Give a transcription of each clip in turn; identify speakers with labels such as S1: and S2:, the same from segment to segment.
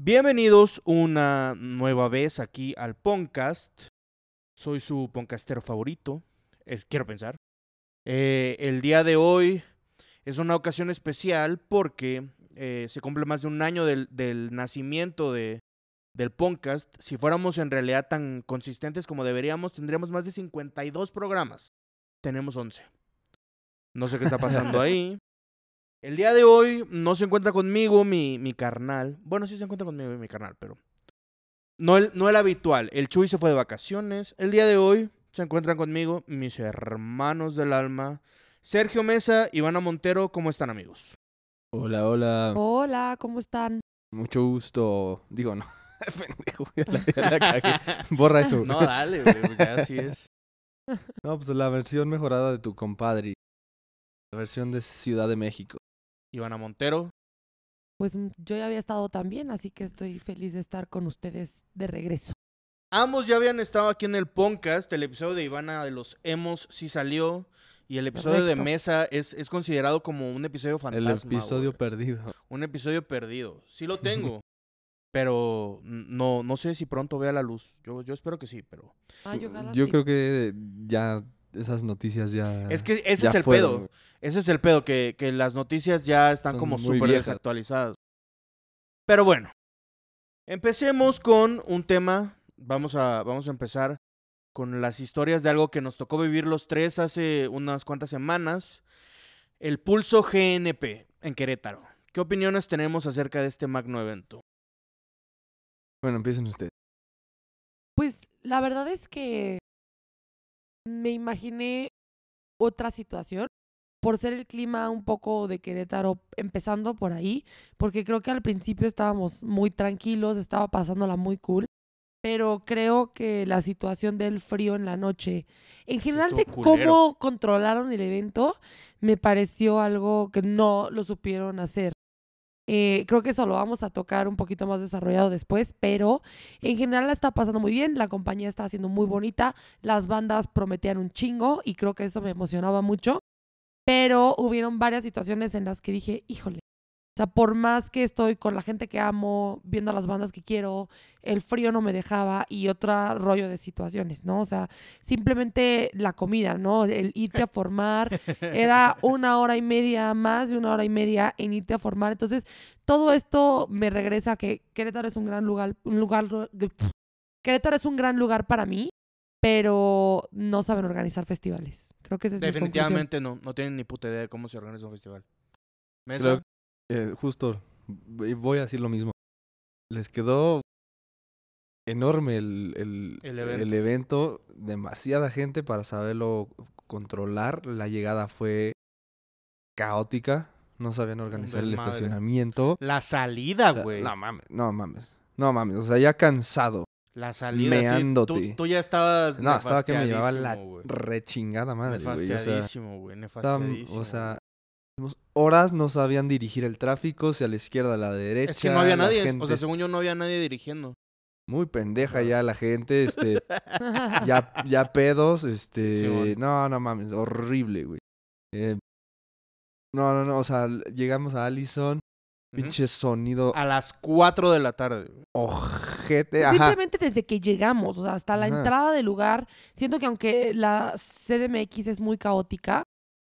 S1: Bienvenidos una nueva vez aquí al Poncast. Soy su Poncastero favorito, es- quiero pensar. Eh, el día de hoy es una ocasión especial porque eh, se cumple más de un año del, del nacimiento de, del Poncast. Si fuéramos en realidad tan consistentes como deberíamos, tendríamos más de 52 programas. Tenemos 11. No sé qué está pasando ahí. El día de hoy no se encuentra conmigo mi, mi carnal. Bueno, sí se encuentra conmigo mi carnal, pero. No el, no el habitual. El Chuy se fue de vacaciones. El día de hoy se encuentran conmigo mis hermanos del alma. Sergio Mesa, Ivana Montero, ¿cómo están amigos?
S2: Hola, hola.
S3: Oh. Hola, ¿cómo están?
S2: Mucho gusto. Digo, no. Pendejo, ya la, ya la cagué. Borra eso. güey.
S4: No, dale, güey, pues ya así es.
S2: No, pues la versión mejorada de tu compadre. La versión de Ciudad de México.
S1: Ivana Montero.
S3: Pues mm, yo ya había estado también, así que estoy feliz de estar con ustedes de regreso.
S1: Ambos ya habían estado aquí en el podcast. El episodio de Ivana de los Emos sí salió. Y el episodio de
S3: Correcto.
S1: Mesa es, es considerado como un episodio fantasma.
S2: el episodio
S1: güey.
S2: perdido.
S1: Un episodio perdido. Sí lo tengo. pero n- no, no sé si pronto vea la luz. Yo, yo espero que sí, pero.
S3: Ah, yo, ojalá sí.
S2: creo que ya esas noticias ya.
S1: Es que ese
S2: ya
S1: es el
S2: fueron,
S1: pedo.
S2: güey.
S1: Ese es el pedo, que, que las noticias ya están
S2: Son
S1: como
S2: muy
S1: súper
S2: viejas.
S1: desactualizadas. Pero bueno, empecemos con un tema. Vamos a, vamos a empezar con las historias de algo que nos tocó vivir los tres hace unas cuantas semanas. El pulso GNP en Querétaro. ¿Qué opiniones tenemos acerca de este magno evento?
S2: Bueno, empiecen ustedes.
S3: Pues la verdad es que me imaginé otra situación por ser el clima un poco de Querétaro, empezando por ahí, porque creo que al principio estábamos muy tranquilos, estaba pasándola muy cool, pero creo que la situación del frío en la noche, en
S1: Sí,
S3: general de
S1: estuvo culero.
S3: cómo controlaron el evento, me pareció algo que no lo supieron hacer. Eh, creo que eso lo vamos a tocar un poquito más desarrollado después, pero en general la está pasando muy bien, la compañía está haciendo muy bonita, las bandas prometían un chingo y creo que eso me emocionaba mucho, pero hubieron varias situaciones en las que dije, híjole, o sea, por más que estoy con la gente que amo, viendo a las bandas que quiero, el frío no me dejaba y otro rollo de situaciones, ¿no? O sea, simplemente la comida, ¿no? El irte a formar, era una hora y media, más de una hora y media en irte a formar, entonces todo esto me regresa a que Querétaro es un gran lugar, un lugar, Querétaro es un gran lugar para mí, pero no saben organizar festivales. Creo que esa es mi conclusión.
S1: Definitivamente no, no tienen ni puta idea de cómo se organiza un festival. ¿Mesa?
S2: Creo- Eh, justo, v- voy a decir lo mismo. Les quedó enorme el, el-
S1: El evento.
S2: el evento, demasiada gente para saberlo controlar. La llegada fue caótica, no sabían organizar el
S1: desmadre.
S2: estacionamiento.
S1: La salida, güey.
S2: No mames, no mames, no mames, o sea, ya cansado.
S1: La salida. sí,
S2: Meándote.
S1: tú, tú ya estabas.
S2: No, estaba que me llevaba la
S1: nefastiadísimo, güey.
S2: rechingada madre, güey. O sea,
S1: Nefastiadísimo, güey.
S2: estábamos-
S1: Nefastiadísimo.
S2: o sea, hicimos horas no sabían dirigir el tráfico, si a la izquierda, a la
S1: güey.
S2: derecha.
S1: es que no había
S2: la
S1: nadie. O
S2: gente
S1: sea, según yo, no había nadie dirigiendo.
S2: Muy pendeja ya la gente, este, ya, ya pedos, este,
S1: Simón.
S2: no, no mames, horrible, güey. Eh, no, no, no, o sea, l- llegamos a Allison,
S1: Ujú.
S2: pinche sonido
S1: A las 4 de la tarde, güey.
S2: ojete, ajá.
S3: Pues Simplemente desde que llegamos, o sea, hasta la
S2: Ajá.
S3: entrada del lugar, siento que aunque la CDMX es muy caótica,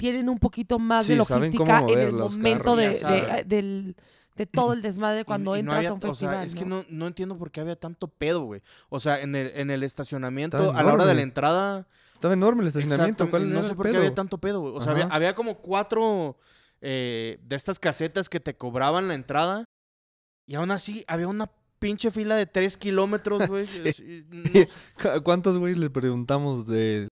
S3: tienen un poquito más de
S2: Sí, saben cómo
S3: logística en
S2: mover
S3: el
S2: los
S3: momento
S1: carros, ya
S3: de, de-
S1: saben.
S3: del- de todo el desmadre cuando
S1: Y- y no
S3: entras
S1: había-
S3: a un
S1: o sea,
S3: festival.
S1: es que
S3: ¿no?
S1: no, no entiendo por qué había tanto pedo, güey. O sea, en el, en el estacionamiento,
S2: Estaba
S1: a la hora de la
S2: enorme.
S1: entrada.
S2: Estaba enorme el estacionamiento,
S1: Exacto,
S2: ¿cuál
S1: no
S2: era
S1: sé
S2: el
S1: por qué había
S2: pedo?
S1: tanto pedo, güey. O sea, había,
S2: Ajá.
S1: había como cuatro eh, de estas casetas que te cobraban la entrada. Y aún así, había una pinche fila de tres kilómetros, güey.
S2: Sí.
S1: Es- y no sé.
S2: ¿Cu- ¿Cuántos güeyes le preguntamos de-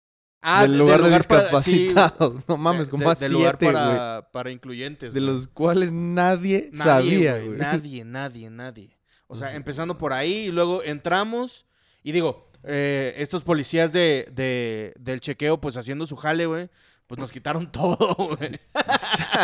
S1: Ah,
S2: del
S1: de-
S2: lugar de,
S1: para- sí,
S2: discapacitados? no
S1: de-
S2: mames, como
S1: de-
S2: a
S1: del lugar
S2: siete, güey.
S1: para, para incluyentes.
S2: De
S1: güey.
S2: los cuales nadie,
S1: Nadie,
S2: sabía, güey.
S1: Nadie, nadie, nadie. O
S2: No
S1: sea,
S2: sé.
S1: empezando por ahí y luego entramos y digo, eh, estos policías de, de- del chequeo, pues haciendo su jale, güey, pues nos quitaron todo, güey.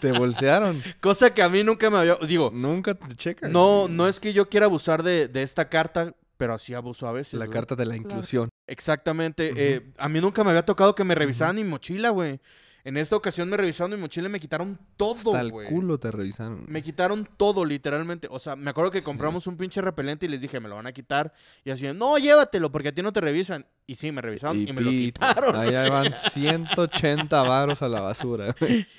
S2: Te bolsearon.
S1: Cosa que a mí nunca me había... Digo,
S2: Nunca te checan.
S1: No,
S2: güey.
S1: no es que yo quiera abusar de, de esta carta, pero así abuso a veces.
S2: La
S1: güey.
S2: carta de la inclusión.
S1: Exactamente.
S2: Ujú.
S1: eh, a mí nunca me había tocado que me revisaran mi mochila, güey. En esta ocasión me revisaron mi mochila y me quitaron todo,
S2: Hasta el
S1: güey.
S2: culo te revisaron.
S1: Me quitaron todo, literalmente. O sea, me acuerdo que compramos un pinche repelente y les dije, me lo van a quitar. Y así, no, llévatelo, porque a ti no te revisan. Y sí, me revisaron y, me lo
S2: pito.
S1: quitaron.
S2: Allá van 180 varos a la basura.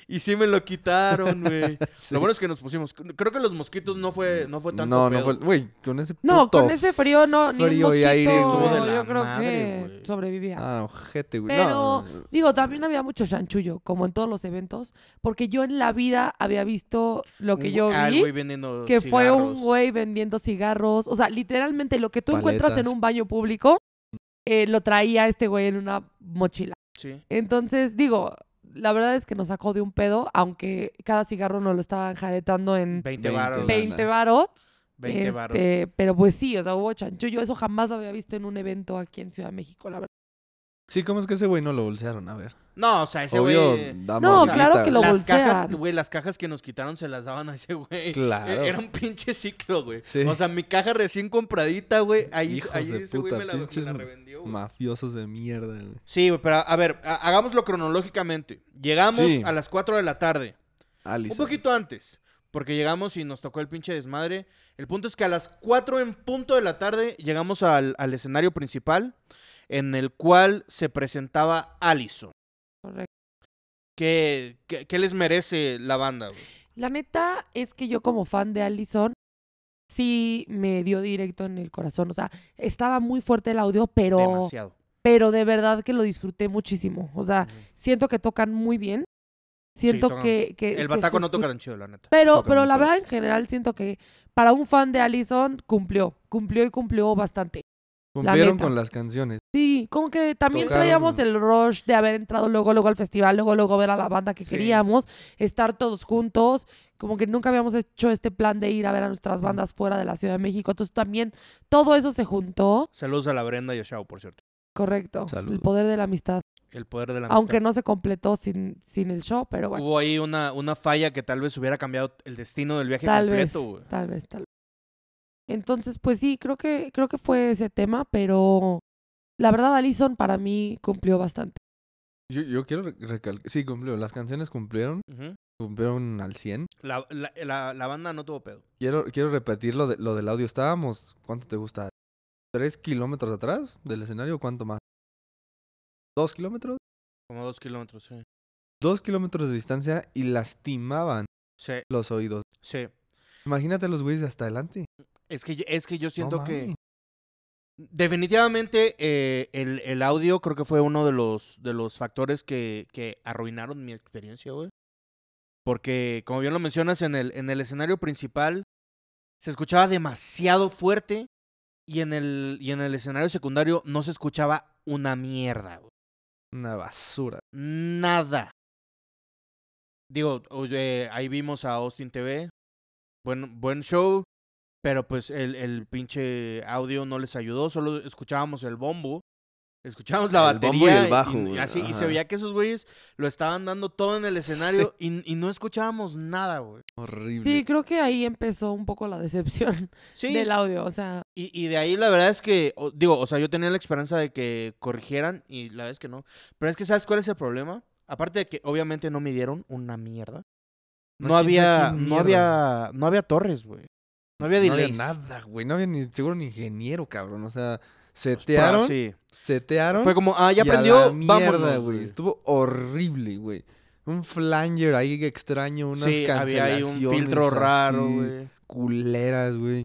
S1: Y sí me lo quitaron, güey.
S2: Sí.
S1: Lo bueno es que nos pusimos. Creo que los mosquitos no fue, no fue tanto.
S2: no,
S1: pedo.
S2: no fue. Güey, con ese
S3: No,
S2: puto
S3: con ese frío no, ni un
S2: frío y aire
S3: mosquito,
S1: estuvo de la
S3: yo creo
S1: madre,
S3: que
S1: güey.
S3: sobrevivía.
S2: Ah, ojete, güey.
S3: Pero,
S2: No,
S3: digo, también había mucho chanchullo, como en todos los eventos, porque yo en la vida había visto lo que
S1: Un-
S3: yo
S1: ah, el
S3: vi,
S1: güey vendiendo
S3: que fue un
S1: cigarros.
S3: güey vendiendo cigarros. O sea, literalmente lo que tú encuentras en
S2: Paletas.
S3: un baño público, eh, lo traía este güey en una mochila.
S1: Sí.
S3: Entonces, digo, la verdad es que nos sacó de un pedo, aunque cada cigarro nos lo estaban jadetando en
S1: 20
S2: 20
S1: varos.
S2: lana.
S3: 20 varos.
S1: 20 varos.
S3: Mm. Este, Pero pues sí, o sea, hubo chanchullo. Eso jamás lo había visto en un evento aquí en Ciudad de México, la verdad.
S2: Sí, ¿cómo es que ese güey no lo bolsearon? A ver.
S1: No, o sea, ese güey.
S2: Obvio, da
S3: No,
S2: mordidita,
S3: claro que lo
S2: güey.
S1: Las cajas,
S3: bolsean.
S1: güey, las cajas que nos quitaron se las daban a ese güey.
S2: Claro.
S1: E- Era un pinche ciclo, güey.
S2: Sí.
S1: O sea, mi caja recién compradita, güey. Ahí,
S2: Hijos
S1: ahí
S2: de
S1: ese güey
S2: puta,
S1: me la, me la
S2: pinches
S1: revendió, güey.
S2: Mafiosos de mierda, güey.
S1: Sí, güey, pero a ver, ha- hagámoslo cronológicamente. Llegamos
S2: Sí.
S1: a las 4 de la tarde.
S2: Allison.
S1: Un poquito antes. Porque llegamos y nos tocó el pinche desmadre. El punto es que a las 4 en punto de la tarde llegamos al, al escenario principal en el cual se presentaba Allison.
S3: Correcto.
S1: ¿Qué, qué- qué les merece la banda? güey?
S3: La neta es que yo como fan de Allison sí me dio directo en el corazón, o sea, estaba muy fuerte el audio, pero
S1: Demasiado.
S3: pero de verdad que lo disfruté muchísimo, o sea,
S1: Ujú.
S3: siento que tocan muy bien. Siento
S1: tocan-
S3: que, que eh, que
S1: El bataco
S3: se
S1: no toca
S3: escu-
S1: tan chido, la neta.
S3: Pero
S2: tocan
S3: pero
S2: muy
S3: la
S2: fuerte.
S3: verdad en general siento que para un fan de Allison cumplió, cumplió y cumplió bastante.
S2: Cumplieron
S3: neta.
S2: con las canciones.
S3: Sí, como que también
S2: Tocaron-
S3: traíamos el rush de haber entrado luego, luego al festival, luego, luego ver a la banda que
S1: Sí.
S3: queríamos, estar todos juntos, como que nunca habíamos hecho este plan de ir a ver a nuestras bandas fuera de la Ciudad de México, entonces también todo eso se juntó,
S1: Saludos a la Brenda y a Shao, por cierto.
S3: correcto, el
S2: Saludos.
S3: poder de la amistad,
S1: El poder de la
S3: aunque
S1: amistad.
S3: no se completó sin, sin el show, pero bueno,
S1: Hubo ahí una, una falla que tal vez hubiera cambiado el destino del viaje
S3: tal vez,
S1: completo, güey.
S3: tal vez, tal vez. Entonces, pues sí, creo que, creo que fue ese tema, pero la verdad Alison para mí cumplió bastante.
S2: Yo, yo quiero re- recalcar. Sí, cumplió. Las canciones cumplieron.
S1: Ujú.
S2: Cumplieron al 100.
S1: la, la- la- la banda no tuvo pedo.
S2: Quiero, quiero repetir lo, de- lo del audio. Estábamos, ¿cuánto te gusta? ¿Tres kilómetros atrás del escenario? ¿Cuánto más? ¿Dos kilómetros?
S1: Como dos kilómetros, sí.
S2: Dos kilómetros de distancia y lastimaban
S1: Sí,
S2: los oídos.
S1: sí.
S2: Imagínate los güeyes de hasta adelante.
S1: Es que, yo- es que yo
S2: No
S1: siento que
S2: mames.
S1: definitivamente eh, el, el audio creo que fue uno de los, de los factores que, que arruinaron mi experiencia, güey. Porque, como bien lo mencionas, en el, en el escenario principal se escuchaba demasiado fuerte y en el, y en el escenario secundario no se escuchaba una mierda, güey.
S2: Una basura.
S1: Nada. Digo, o- eh, ahí vimos a Austin TV. Buen, buen show. Pero pues el, el pinche audio no les ayudó. Solo escuchábamos el bombo. Escuchábamos la
S4: El
S1: batería.
S4: bombo y el bajo,
S1: y- y
S4: güey,
S1: así, y se
S4: ajá.
S1: veía que esos güeyes lo estaban dando todo en el escenario y, y no escuchábamos nada, güey.
S2: Horrible.
S3: Sí, creo que ahí empezó un poco la decepción.
S1: Sí.
S3: del audio, o sea,
S1: Y, y de ahí la verdad es que, o- digo, o sea, yo tenía la esperanza de que corrigieran y la verdad es que no. Pero es que, ¿sabes cuál es el problema? Aparte de que obviamente no midieron una mierda. No,
S2: No, quién sabe
S1: había,
S2: qué
S1: no
S2: mierdas.
S1: había, no había torres, güey. No había
S2: no había
S1: delays.
S2: nada, güey. No había ni seguro ni ingeniero, cabrón. O sea,
S1: Pues, Pero
S2: setearon,
S1: sí.
S2: setearon.
S1: Fue como, ah, ya
S2: y a
S1: aprendió,
S2: la mierda,
S1: vámonos,
S2: güey.
S1: güey.
S2: Estuvo horrible, güey. Un flanger ahí extraño, unas
S1: Sí, había ahí un
S2: cancelaciones
S1: filtro raro,
S2: así,
S1: güey.
S2: Culeras, güey.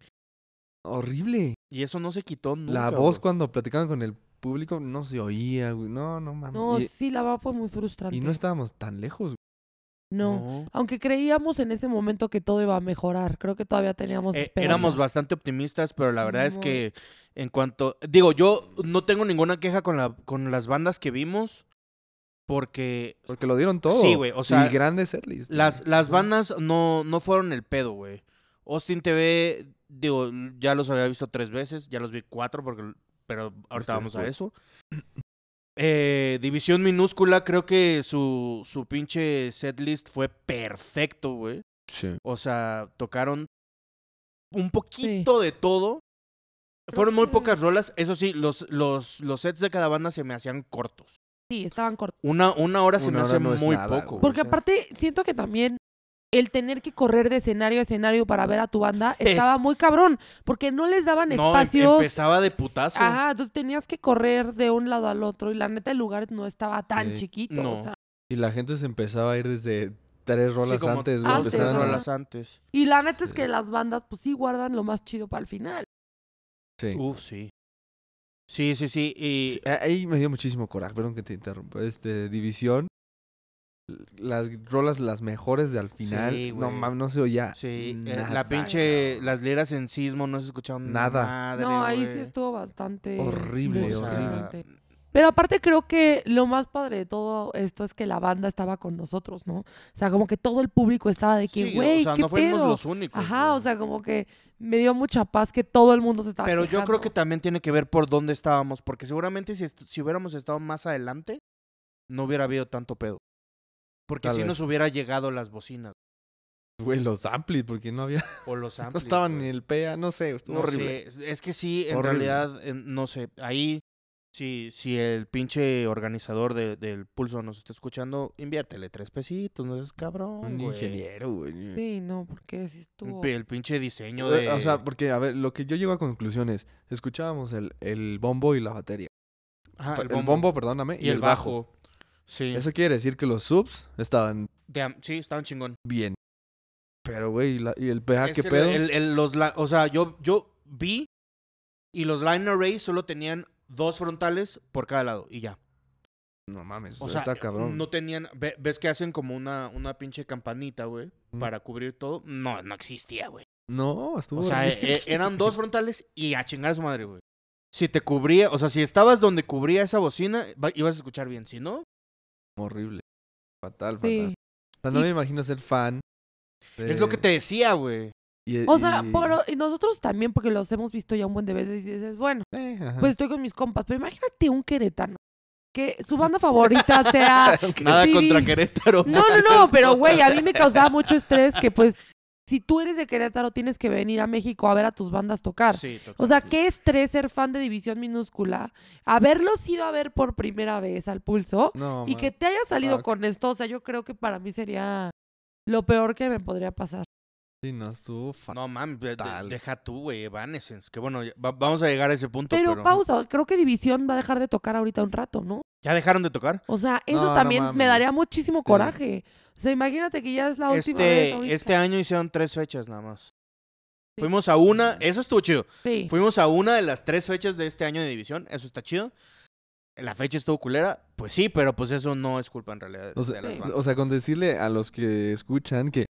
S2: Horrible.
S1: Y eso no se quitó nunca,
S2: la voz
S1: güey.
S2: cuando platicaban con el público no se oía, güey. No, no mames.
S3: no,
S2: y,
S3: sí, la verdad fue muy frustrante.
S2: y no estábamos tan lejos, güey.
S3: No. Aunque creíamos en ese momento que todo iba a mejorar, creo que todavía teníamos
S1: Eh,
S3: esperanza.
S1: éramos bastante optimistas, pero la verdad es
S3: Muy.
S1: que en cuanto... Digo, yo no tengo ninguna queja con, la, con las bandas que vimos, porque
S2: Porque lo dieron todo.
S1: Sí, güey, o sea,
S2: Y grandes setlist.
S1: las,
S2: güey.
S1: las
S2: Sí.
S1: bandas no, no fueron el pedo, güey. Austin TV, digo, ya los había visto tres veces, ya los vi cuatro, porque, pero ahorita
S2: tres,
S1: vamos a
S2: güey.
S1: eso. Eh, División Minúscula, creo que su, su pinche setlist fue perfecto, güey.
S2: Sí.
S1: O sea, tocaron un poquito de todo.
S3: Creo
S1: Fueron muy
S3: que-
S1: pocas rolas. Eso sí, los, los, los sets de cada banda se me hacían cortos.
S3: Sí, estaban cortos.
S1: Una, una hora se
S2: Una
S1: me
S2: hora
S1: hace
S2: no es
S1: muy
S2: nada,
S1: poco.
S2: güey.
S1: güey.
S3: Porque
S2: o sea-
S3: aparte, siento que también el tener que correr de escenario a escenario para ver a tu banda estaba muy cabrón, porque no les daban
S1: Eh. No, em-
S3: espacios.
S1: empezaba de putazo.
S3: Ajá, entonces tenías que correr de un lado al otro y la neta el lugar no estaba tan
S2: Sí.
S3: chiquito.
S1: No.
S3: o sea.
S2: Y la gente se empezaba a ir desde tres rolas
S1: como
S2: antes, güey.
S1: dos,
S3: Antes,
S1: tres
S2: empezaban a-
S3: ajá.
S1: rolas antes.
S3: Y la neta es
S2: Sí.
S3: que las bandas pues sí guardan lo más chido para el final.
S2: Sí.
S1: Uf, sí. Sí, sí, sí. Y
S2: Sí, a- Ahí me dio muchísimo coraje, perdón que te interrumpa. Este, División. l- Las rolas las mejores de al final.
S1: Sí,
S2: no
S1: güey.
S2: mames, no se oía.
S1: Sí, eh,
S2: ah, nada,
S1: la pinche,
S2: cabrón.
S1: las liras en sismo no se escuchaban
S2: Nada.
S1: Madre,
S3: no, ahí sí
S1: güey.
S3: estuvo bastante
S2: Horrible,
S1: O sea,
S3: decepcionante. Pero aparte creo que lo más padre de todo esto es que la banda estaba con nosotros, ¿no? O sea, como que todo el público estaba de que,
S1: sí,
S3: güey,
S1: o sea,
S3: ¿qué
S1: no fuimos
S3: pedo?".
S1: los únicos.
S3: Ajá,
S1: güey.
S3: o sea, como que me dio mucha paz que todo el mundo se estaba
S1: Pero yo creo que
S3: quejando.
S1: también tiene que ver por dónde estábamos, porque seguramente si, est- si hubiéramos estado más adelante, no hubiera habido tanto pedo. Porque
S2: Tal
S1: si
S2: vez.
S1: nos hubiera llegado las bocinas
S2: Güey, los amplis, porque no había.
S1: o los
S2: no
S1: amplis.
S2: estaban ni
S1: güey.
S2: el PEA, no sé, estuvo
S1: No
S2: horrible.
S1: sé, Es que sí, en
S2: Horrible.
S1: realidad, en- no sé, ahí, si, si el pinche organizador de- del Pulso nos está escuchando, inviértele tres pesitos, no seas cabrón,
S2: Un
S1: güey.
S2: ingeniero, güey.
S3: Sí, no, porque sí
S1: El,
S3: estuvo...
S1: pi- el pinche diseño
S2: Eh,
S1: de...
S2: O sea, porque, a ver, lo que yo llego a conclusiones, escuchábamos el, el bombo y la batería.
S1: Ajá,
S2: Pa- el, bombo. perdóname,
S1: Ah, y el bajo. Sí.
S2: Eso quiere decir que los subs estaban
S1: De am- sí, estaban chingón.
S2: bien. Pero, güey, y, la- y el PEA,
S1: Es
S2: Ah, ¿qué
S1: que
S2: pedo?
S1: el- el- los li- o sea, yo, yo vi y los line arrays solo tenían dos frontales por cada lado y ya.
S2: No mames,
S1: O sea,
S2: Pues, está cabrón.
S1: no tenían... ve- ¿Ves que hacen como una, una pinche campanita, güey?
S2: Mm.
S1: Para cubrir todo. No, no existía, güey.
S2: No, estuvo.
S1: O sea,
S2: horrible.
S1: e- e- eran dos frontales y a chingar a su madre, güey. Si te cubría, o sea, si estabas donde cubría esa bocina, va- ibas a escuchar bien. Si no,
S2: Horrible. Fatal, fatal.
S3: Sí.
S2: O sea, no
S3: Y-
S2: me imagino ser fan.
S1: es
S2: Eh.
S1: lo que te decía, güey.
S3: O sea, pero- y nosotros también, porque los hemos visto ya un buen de veces y dices, bueno,
S2: eh,
S3: pues estoy con mis compas, pero imagínate un queretano, que su banda favorita sea...
S4: Nada
S3: Sí.
S4: contra Querétaro.
S3: No, no, no, pero güey, a mí me causaba mucho estrés que pues, si tú eres de Querétaro, tienes que venir a México a ver a tus bandas tocar.
S1: Sí,
S3: O sea, qué estrés ser fan de División Minúscula, haberlos ido a ver por primera vez al pulso
S2: No,
S3: y
S2: man.
S3: que te haya salido
S2: Fuck.
S3: con esto, o sea, yo creo que para mí sería lo peor que me podría pasar.
S2: Sí, no, estuvo fatal.
S1: No mames, de- de-
S2: Fatal.
S1: deja tú, güey, Evanescence. Que bueno, ya- va- vamos a llegar a ese punto. Pero,
S3: Pero pausa, creo que División va a dejar de tocar ahorita un rato, ¿no?
S1: ¿Ya dejaron de tocar?
S3: O sea, eso
S2: No, no
S3: también me
S2: mames.
S3: daría muchísimo coraje. O sea, imagínate que ya es la última vez.
S1: Este,
S3: ahorita.
S1: este año hicieron tres fechas nada más.
S3: Sí.
S1: Fuimos a una,
S2: Mm.
S1: eso estuvo chido.
S3: Sí.
S1: Fuimos a una de las tres fechas de este año de división, eso está chido. La fecha estuvo culera, pues sí, pero pues eso no es culpa en realidad.
S2: O
S1: de
S2: sea, eh,
S1: las
S3: Sí.
S1: bandas.
S2: o sea, con decirle a los que escuchan que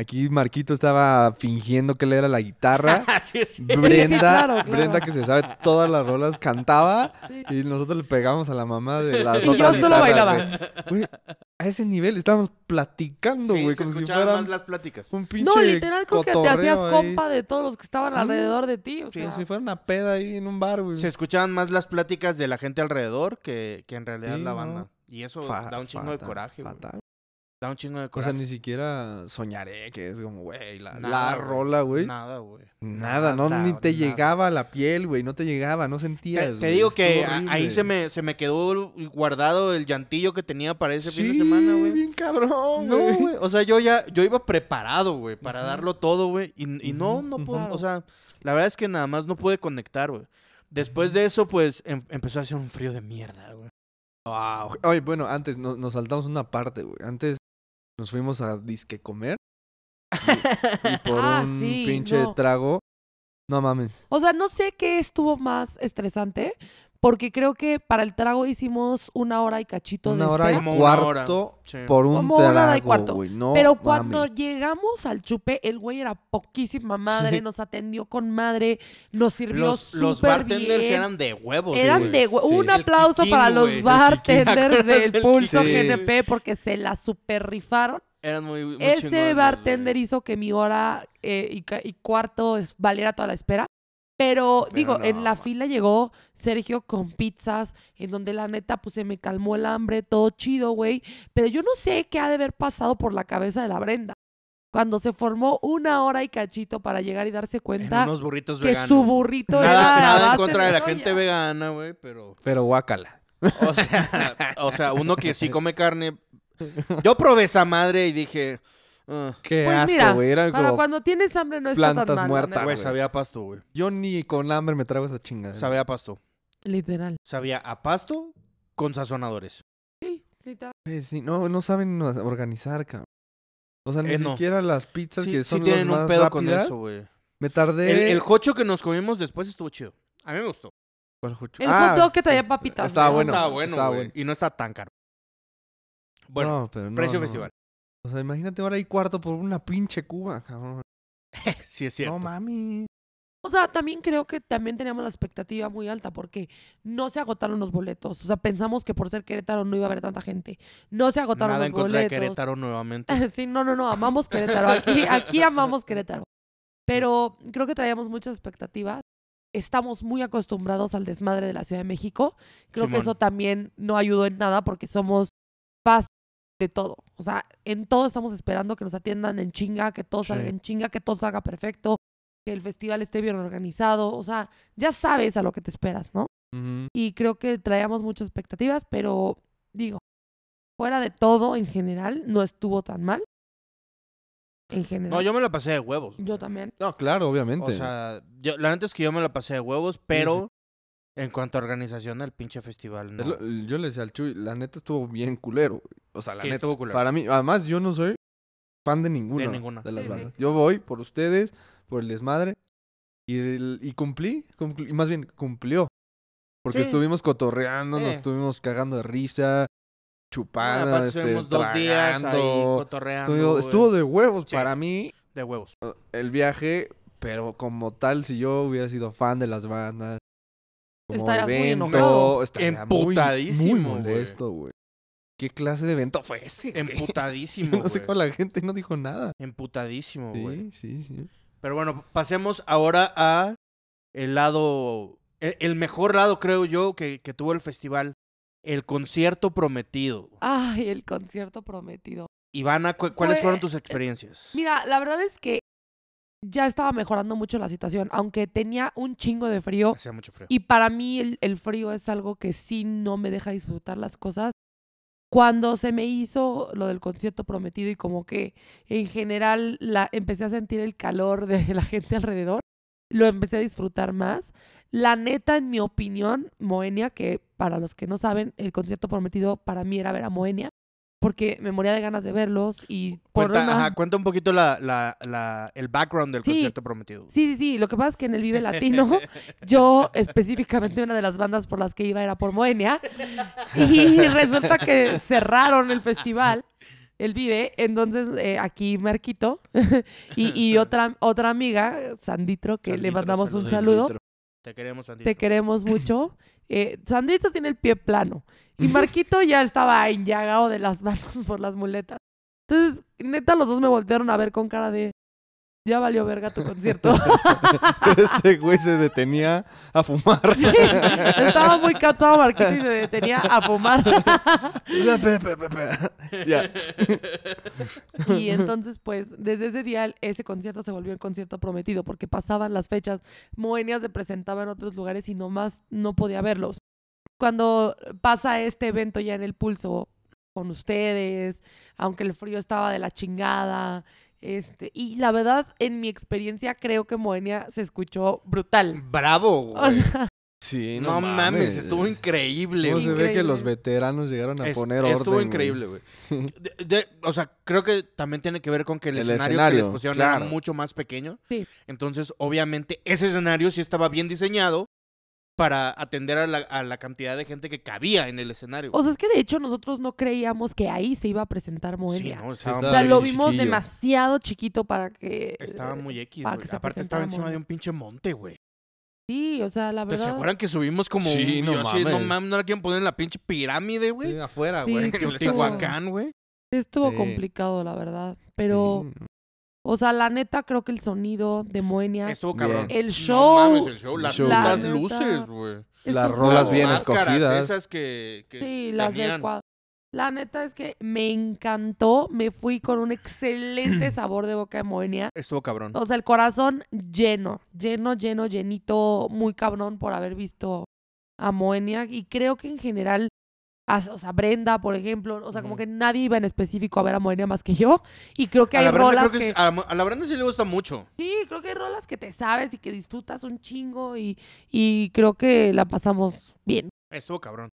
S2: aquí Marquito estaba fingiendo que le era la guitarra.
S1: Así es.
S2: Brenda,
S3: claro, claro.
S2: Brenda que se sabe todas las rolas, cantaba y nosotros le pegamos a la mamá de las
S3: Y yo
S2: otras
S3: solo
S2: guitarras,
S3: bailaba.
S2: güey. Güey, a ese nivel estábamos platicando,
S1: Sí,
S2: güey,
S1: se
S2: como si
S1: escuchaban
S2: fueran
S1: más las pláticas.
S2: un pinche
S3: No, literal, creo que te hacías
S2: cotorreo ahí.
S3: compa de todos los que estaban
S2: Sí.
S3: alrededor de ti. O
S1: Sí,
S3: sea,
S2: Como si fuera una peda ahí en un bar, güey.
S1: Se escuchaban más las pláticas de la gente alrededor que, que en realidad
S2: Sí,
S1: la
S2: no.
S1: banda. Y eso
S2: Fa-
S1: da un chingo de
S2: fatal,
S1: coraje, güey.
S2: fatal.
S1: Da un chingo de
S2: O
S1: coraje.
S2: sea, ni siquiera soñaré que es como, güey, la,
S1: Nada,
S2: la
S1: güey.
S2: rola, güey. Nada,
S1: Nada, güey.
S2: no, ni te
S1: nada.
S2: llegaba a la piel, güey, no te llegaba, no sentías.
S1: Te, te
S2: güey,
S1: digo
S2: estuvo
S1: que a- ahí
S2: horrible.
S1: se me, se me quedó guardado el llantillo que tenía para ese fin de
S2: Sí,
S1: semana, güey.
S2: bien cabrón,
S1: No,
S2: güey.
S1: güey. O sea, yo ya, yo iba preparado, güey, para
S2: Ujú.
S1: darlo todo, güey. Y, y no,
S2: Ujú,
S1: no
S2: ujú.
S1: pude. O sea, la verdad es que nada más no pude conectar, güey. Después de eso, pues, em- empezó a hacer un frío de mierda, güey.
S2: Ah, ok. Oye, bueno, antes no- nos saltamos una parte, güey. Antes nos fuimos a disque comer y por
S3: Ah,
S2: un
S3: sí,
S2: pinche
S3: no.
S2: trago. No mames.
S3: o sea, no sé qué estuvo más estresante, porque creo que para el trago hicimos una hora y cachito
S2: Una
S3: de
S2: hora y
S3: espera.
S1: Como una hora.
S2: cuarto
S1: Sí.
S2: por un
S3: Como
S2: trago,
S3: una hora y cuarto.
S2: güey. No
S3: Pero cuando
S2: mames.
S3: llegamos al chupe, el güey era poquísima madre,
S2: Sí.
S3: nos atendió con madre, nos sirvió
S1: Los, los
S3: súper
S1: bartenders
S3: bien.
S1: eran de huevos,
S3: Eran
S1: güey.
S3: de hue-
S2: Sí.
S3: Un
S2: El
S3: aplauso
S1: Kikín,
S3: para
S1: güey.
S3: los
S1: El
S3: bartenders
S1: ¿acuerdas
S3: del
S1: del
S3: Pulso
S2: Kikín? Sí.
S3: GNP porque se la super rifaron.
S1: Eran muy, muy
S3: Ese
S1: chingones,
S3: bartender
S1: güey.
S3: hizo que mi hora eh, y, ca- y cuarto es- valiera toda la espera. Pero,
S2: Pero
S3: digo,
S2: no,
S3: en la
S2: man.
S3: fila llegó Sergio con pizzas, en donde la neta, pues se me calmó el hambre, todo chido, güey. Pero yo no sé qué ha de haber pasado por la cabeza de la Brenda. Cuando se formó una hora y cachito para llegar y darse
S1: En
S3: cuenta
S1: unos burritos
S3: que
S1: veganos.
S3: su burrito
S1: nada,
S3: era. a
S1: nada en
S3: base
S1: contra de la
S3: soya.
S1: gente vegana, güey, pero
S2: Pero guácala.
S1: O sea, o sea, uno que sí come carne. Yo probé esa madre y dije, "Ah,
S2: Qué
S3: Pues mira,
S2: asco, güey. Era
S3: Para
S2: como-
S3: cuando tienes hambre no está
S2: plantas
S3: tan mal. la
S2: muertas,
S3: neta.
S1: güey,
S2: güey.
S1: sabía a pasto, güey.
S2: Yo ni con hambre me trago esa chingada.
S1: Sabía a pasto.
S3: Literal.
S1: Sabía a pasto con sazonadores.
S3: Sí, literal.
S2: Güey, Pues, sí, no, no saben organizar, cabrón. O sea, ni
S1: Eh, no.
S2: siquiera las pizzas
S1: Sí,
S2: que
S1: sí
S2: son
S1: tienen
S2: las más
S1: un pedo con
S2: rápidas.
S1: eso, güey.
S2: Me tardé.
S1: El, el jocho que nos comimos después estuvo chido. A mí me gustó.
S2: ¿Cuál jucho?
S3: El
S2: Ah,
S3: hot dog que traía
S2: sí.
S3: papitas.
S2: Estaba
S3: ¿no?
S1: Eso
S2: bueno.
S1: estaba bueno,
S2: estaba
S1: güey,
S2: bueno.
S1: Y no está tan caro. Bueno,
S2: No, pero no,
S1: precio
S2: no.
S1: festival.
S2: O sea, imagínate ahora hay cuarto por una pinche cuba, cabrón.
S1: sí, es cierto.
S2: No mami.
S3: O sea, también creo que también teníamos la expectativa muy alta porque no se agotaron los boletos. O sea, pensamos que por ser Querétaro no iba a haber tanta gente. No se agotaron
S1: Nada
S3: los
S1: en contra de
S3: boletos.
S1: Querétaro nuevamente.
S3: Sí, no, no, no, amamos Querétaro. Aquí, aquí amamos Querétaro. Pero creo que traíamos muchas expectativas. Estamos muy acostumbrados al desmadre de la Ciudad de México. Creo que
S1: Simón.
S3: eso también no ayudó en nada porque somos paz de todo. O sea, en todo estamos esperando que nos atiendan en chinga, que todo salga
S2: Sí.
S3: en chinga, que todo salga perfecto, que el festival esté bien organizado. O sea, ya sabes a lo que te esperas, ¿no?
S2: Ujú.
S3: y creo que traíamos muchas expectativas, pero digo, fuera de todo en general, no estuvo tan mal. En general.
S1: No, yo me la pasé de huevos.
S3: Yo también.
S2: No, claro, obviamente.
S1: O sea, yo- la neta es que yo me la pasé de huevos, pero en cuanto a organización del pinche festival, no.
S2: Es lo- yo le decía al Chuy, la neta estuvo bien culero. güey. O sea, la
S1: Sí,
S2: neta.
S1: estuvo culero.
S2: Para mí, además, yo no soy fan de ninguna de,
S1: ninguna.
S2: las
S3: Sí, sí.
S2: bandas. Yo voy por ustedes, por el desmadre. Y, el- y cumplí, cumpl- y más bien, cumplió. Porque
S1: Sí.
S2: estuvimos cotorreando, nos
S1: Eh. estuvimos cagando de risa, Ah,
S2: chupando,
S1: aparte
S2: este,
S1: estuvimos dos días ahí
S2: tragando.
S1: cotorreando.
S2: Estuvo,
S1: güey.
S2: estuvo de huevos
S1: Sí.
S2: para mí
S1: de huevos.
S2: el viaje, pero como tal, si yo hubiera sido fan de las bandas, como
S3: Estarías muy
S2: evento,
S3: enojado.
S2: estaría muy-
S1: Emputadísimo,
S2: muy,
S1: güey.
S2: molesto, güey. ¿Qué clase de evento fue ese? güey? Yo
S1: Emputadísimo,
S2: no sé
S1: güey.
S2: cómo la gente no dijo nada.
S1: Emputadísimo, güey.
S2: Sí, sí, sí.
S1: Pero bueno, pasemos ahora a el lado, el, el mejor lado, creo yo, que, que tuvo el festival. El concierto prometido.
S3: Ay, el concierto prometido.
S1: Ivana, cu- ¿cuáles
S3: Fue-
S1: fueron tus experiencias?
S3: Mira, la verdad es que ya estaba mejorando mucho la situación, aunque tenía un chingo de frío.
S1: Hacía mucho frío.
S3: Y para mí el, el frío es algo que sí no me deja disfrutar las cosas. Cuando se me hizo lo del concierto prometido y como que en general la, empecé a sentir el calor de la gente alrededor, lo empecé a disfrutar más. La neta, en mi opinión, Moenia, que para los que no saben, el concierto prometido para mí era ver a Moenia, porque me moría de ganas de verlos y por
S1: Cuenta,
S3: una-
S1: ajá, cuenta un poquito la, la- la- el background del
S3: Sí.
S1: concierto prometido.
S3: Sí, sí, sí. Lo que pasa es que en el Vive Latino, yo específicamente una de las bandas por las que iba era por Moenia. Y resulta que cerraron el festival, el Vive. Entonces, eh, aquí Marquito y, y otra, otra amiga, Sanditro, que le
S1: Sanditro,
S3: mandamos un
S1: saludos.
S3: saludo.
S1: Te queremos, Sandito.
S3: Te queremos mucho. Eh, Sandrito tiene el pie plano. Y Marquito ya estaba enllagado de las manos por las muletas. Entonces, neta, los dos me voltearon a ver con cara de. Ya valió verga tu concierto.
S2: Pero este güey se detenía a fumar.
S3: Sí, estaba muy cansado Marquito y se detenía a fumar.
S2: Ya, pe- pe- pe- pe. Ya.
S3: Y entonces, pues, desde ese día el- ese concierto se volvió el concierto prometido porque pasaban las fechas, Moenia se presentaba en otros lugares y nomás no podía verlos. Cuando pasa este evento ya en el pulso con ustedes, aunque el frío estaba de la chingada, este, y la verdad, en mi experiencia, creo que Moenia se escuchó brutal.
S1: Bravo,
S3: O
S1: güey.
S3: sea,
S2: Sí,
S1: no mames, estuvo increíble,
S2: ¿Cómo
S1: güey.
S2: se ve que
S3: Increíble.
S2: los veteranos llegaron a
S1: Es-
S2: poner orden?
S1: estuvo
S2: güey?
S1: increíble, güey.
S2: Sí.
S1: De- de- o sea, creo que también tiene que ver con que el,
S2: El
S1: escenario, que les
S2: escenario,
S1: pusieron era
S2: claro.
S1: mucho más pequeño.
S3: Sí.
S1: Entonces, obviamente, ese escenario sí estaba bien diseñado para atender a la, a la cantidad de gente que cabía en el escenario.
S3: o sea, es que de hecho nosotros no creíamos que ahí se iba a presentar Moenia.
S1: no, estaba,
S2: está-
S3: O sea,
S2: Ay,
S1: muy-
S3: lo
S2: bien
S3: vimos
S2: chiquillo.
S3: demasiado chiquito para que...
S1: estaba muy X,
S3: eh, para
S1: güey.
S3: que se
S1: Aparte estaba
S3: presentara
S1: encima
S3: Moenia.
S1: de un pinche monte, güey.
S3: Sí, o sea, la
S1: ¿Te
S3: verdad...
S1: se acuerdan que subimos como
S2: Sí,
S1: un video
S2: no
S1: así? No
S2: mames.
S1: mames, no la quieren poner en la pinche pirámide, güey.
S2: Sí, afuera,
S3: Sí,
S2: güey.
S3: sí,
S1: En
S3: estuvo-
S1: el Tehuacán, güey.
S3: sí estuvo
S2: Sí.
S3: complicado, la verdad. Pero,
S2: Sí.
S3: o sea, la neta, creo que el sonido de Moenia...
S1: Estuvo
S2: Bien.
S1: cabrón.
S3: El
S1: No
S3: show...
S1: mames, el show.
S2: El
S1: Las
S2: show,
S1: putas
S3: güey.
S1: luces, güey.
S2: Las
S3: estuvo-
S2: rolas bien
S1: Las máscaras
S2: escogidas.
S1: esas que, que
S3: Sí, las del
S1: tenían.
S3: cuadro. La neta es que me encantó. Me fui con un excelente sabor de boca de Moenia.
S1: Estuvo cabrón.
S3: O sea, el corazón lleno, lleno, lleno, llenito, muy cabrón por haber visto a a Moenia y creo que en general, as- o sea, Brenda, por ejemplo, o sea, como
S1: Ujú.
S3: que nadie iba en específico a ver a Moenia más que yo y creo que
S1: a,
S3: hay
S1: la Brenda,
S3: rolas
S1: creo que
S3: que...
S1: sí- a, la- a la Brenda sí le gusta mucho.
S3: Sí, creo que hay rolas que te sabes y que disfrutas un chingo y, y creo que la pasamos bien.
S1: Estuvo cabrón.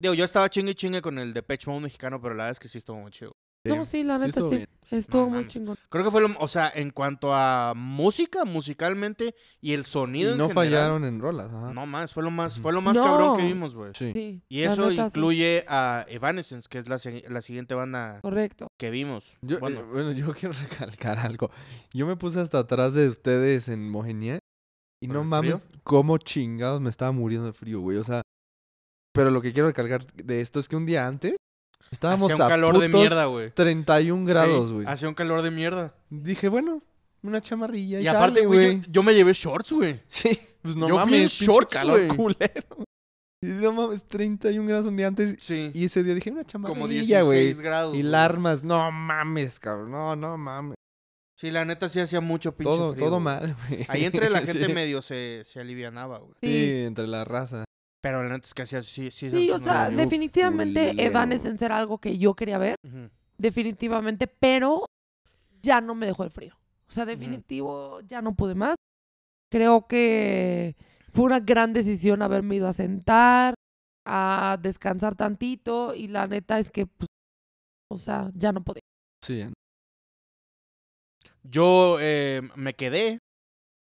S1: Digo, yo estaba chingue y chingue con el de Pech Mode mexicano, pero la verdad es que sí estuvo muy chido.
S3: No, sí, la
S2: sí
S3: neta
S2: estuvo
S3: sí.
S2: bien.
S3: Estuvo
S1: No
S3: muy
S1: mames.
S3: chingón.
S1: Creo que fue lo, o sea, en cuanto a música, musicalmente y el
S2: Y
S1: sonido en
S2: no
S1: general,
S2: fallaron en rolas, ajá.
S1: No más, fue lo más,
S2: Ujú.
S1: fue lo más cabrón que
S3: No.
S1: vimos, güey.
S2: Sí.
S3: Sí,
S1: Y
S3: la
S1: eso
S3: neta sí.
S1: incluye a Evanescence, que es la, se- la siguiente banda
S3: Correcto.
S1: que vimos.
S2: Yo, eh,
S1: bueno,
S2: bueno. yo quiero recalcar algo. Yo me puse hasta atrás de ustedes en Moenia y
S1: ¿Por
S2: no
S1: el
S2: mames cómo chingados me estaba muriendo de frío, güey. O sea, pero lo que quiero recalcar de esto es que un día antes estábamos
S1: hacía un
S2: a
S1: calor de
S2: putos
S1: mierda, güey.
S2: 31 grados, güey.
S1: hacía un calor de mierda.
S2: Dije, bueno, una chamarrilla
S1: Y,
S2: y,
S1: aparte,
S2: sale,
S1: güey, yo, yo me llevé shorts, güey.
S2: Sí, pues no
S1: Yo fui en
S2: mames, pinche
S1: shorts,
S2: calor
S1: güey.
S2: culero. Y no mames, 31 grados un día antes
S1: Sí.
S2: y ese día dije, una
S1: como
S2: chamarrilla,
S1: 16
S2: güey.
S1: grados.
S2: Y
S1: güey.
S2: larmas, no mames, cabrón, no, no mames.
S1: Sí, la neta sí hacía mucho pinche
S2: todo,
S1: frío,
S2: todo
S1: güey.
S2: mal, güey.
S1: Ahí entre la gente
S2: Sí.
S1: medio se, se alivianaba, güey.
S2: Sí,
S3: Sí.
S2: entre la raza.
S1: Pero la neta es que hacía sí, sí, se
S3: Sí, o
S1: un chingo de
S3: sea,
S1: frío.
S3: definitivamente
S2: culero.
S3: Evanescence era algo que yo quería ver,
S1: Ujú.
S3: definitivamente, pero ya no me dejó el frío. O sea, definitivo, ya no pude más. Creo que fue una gran decisión haberme ido a sentar, a descansar tantito y la neta es que, pues, o sea, ya no podía.
S2: Sí.
S1: Yo eh, me quedé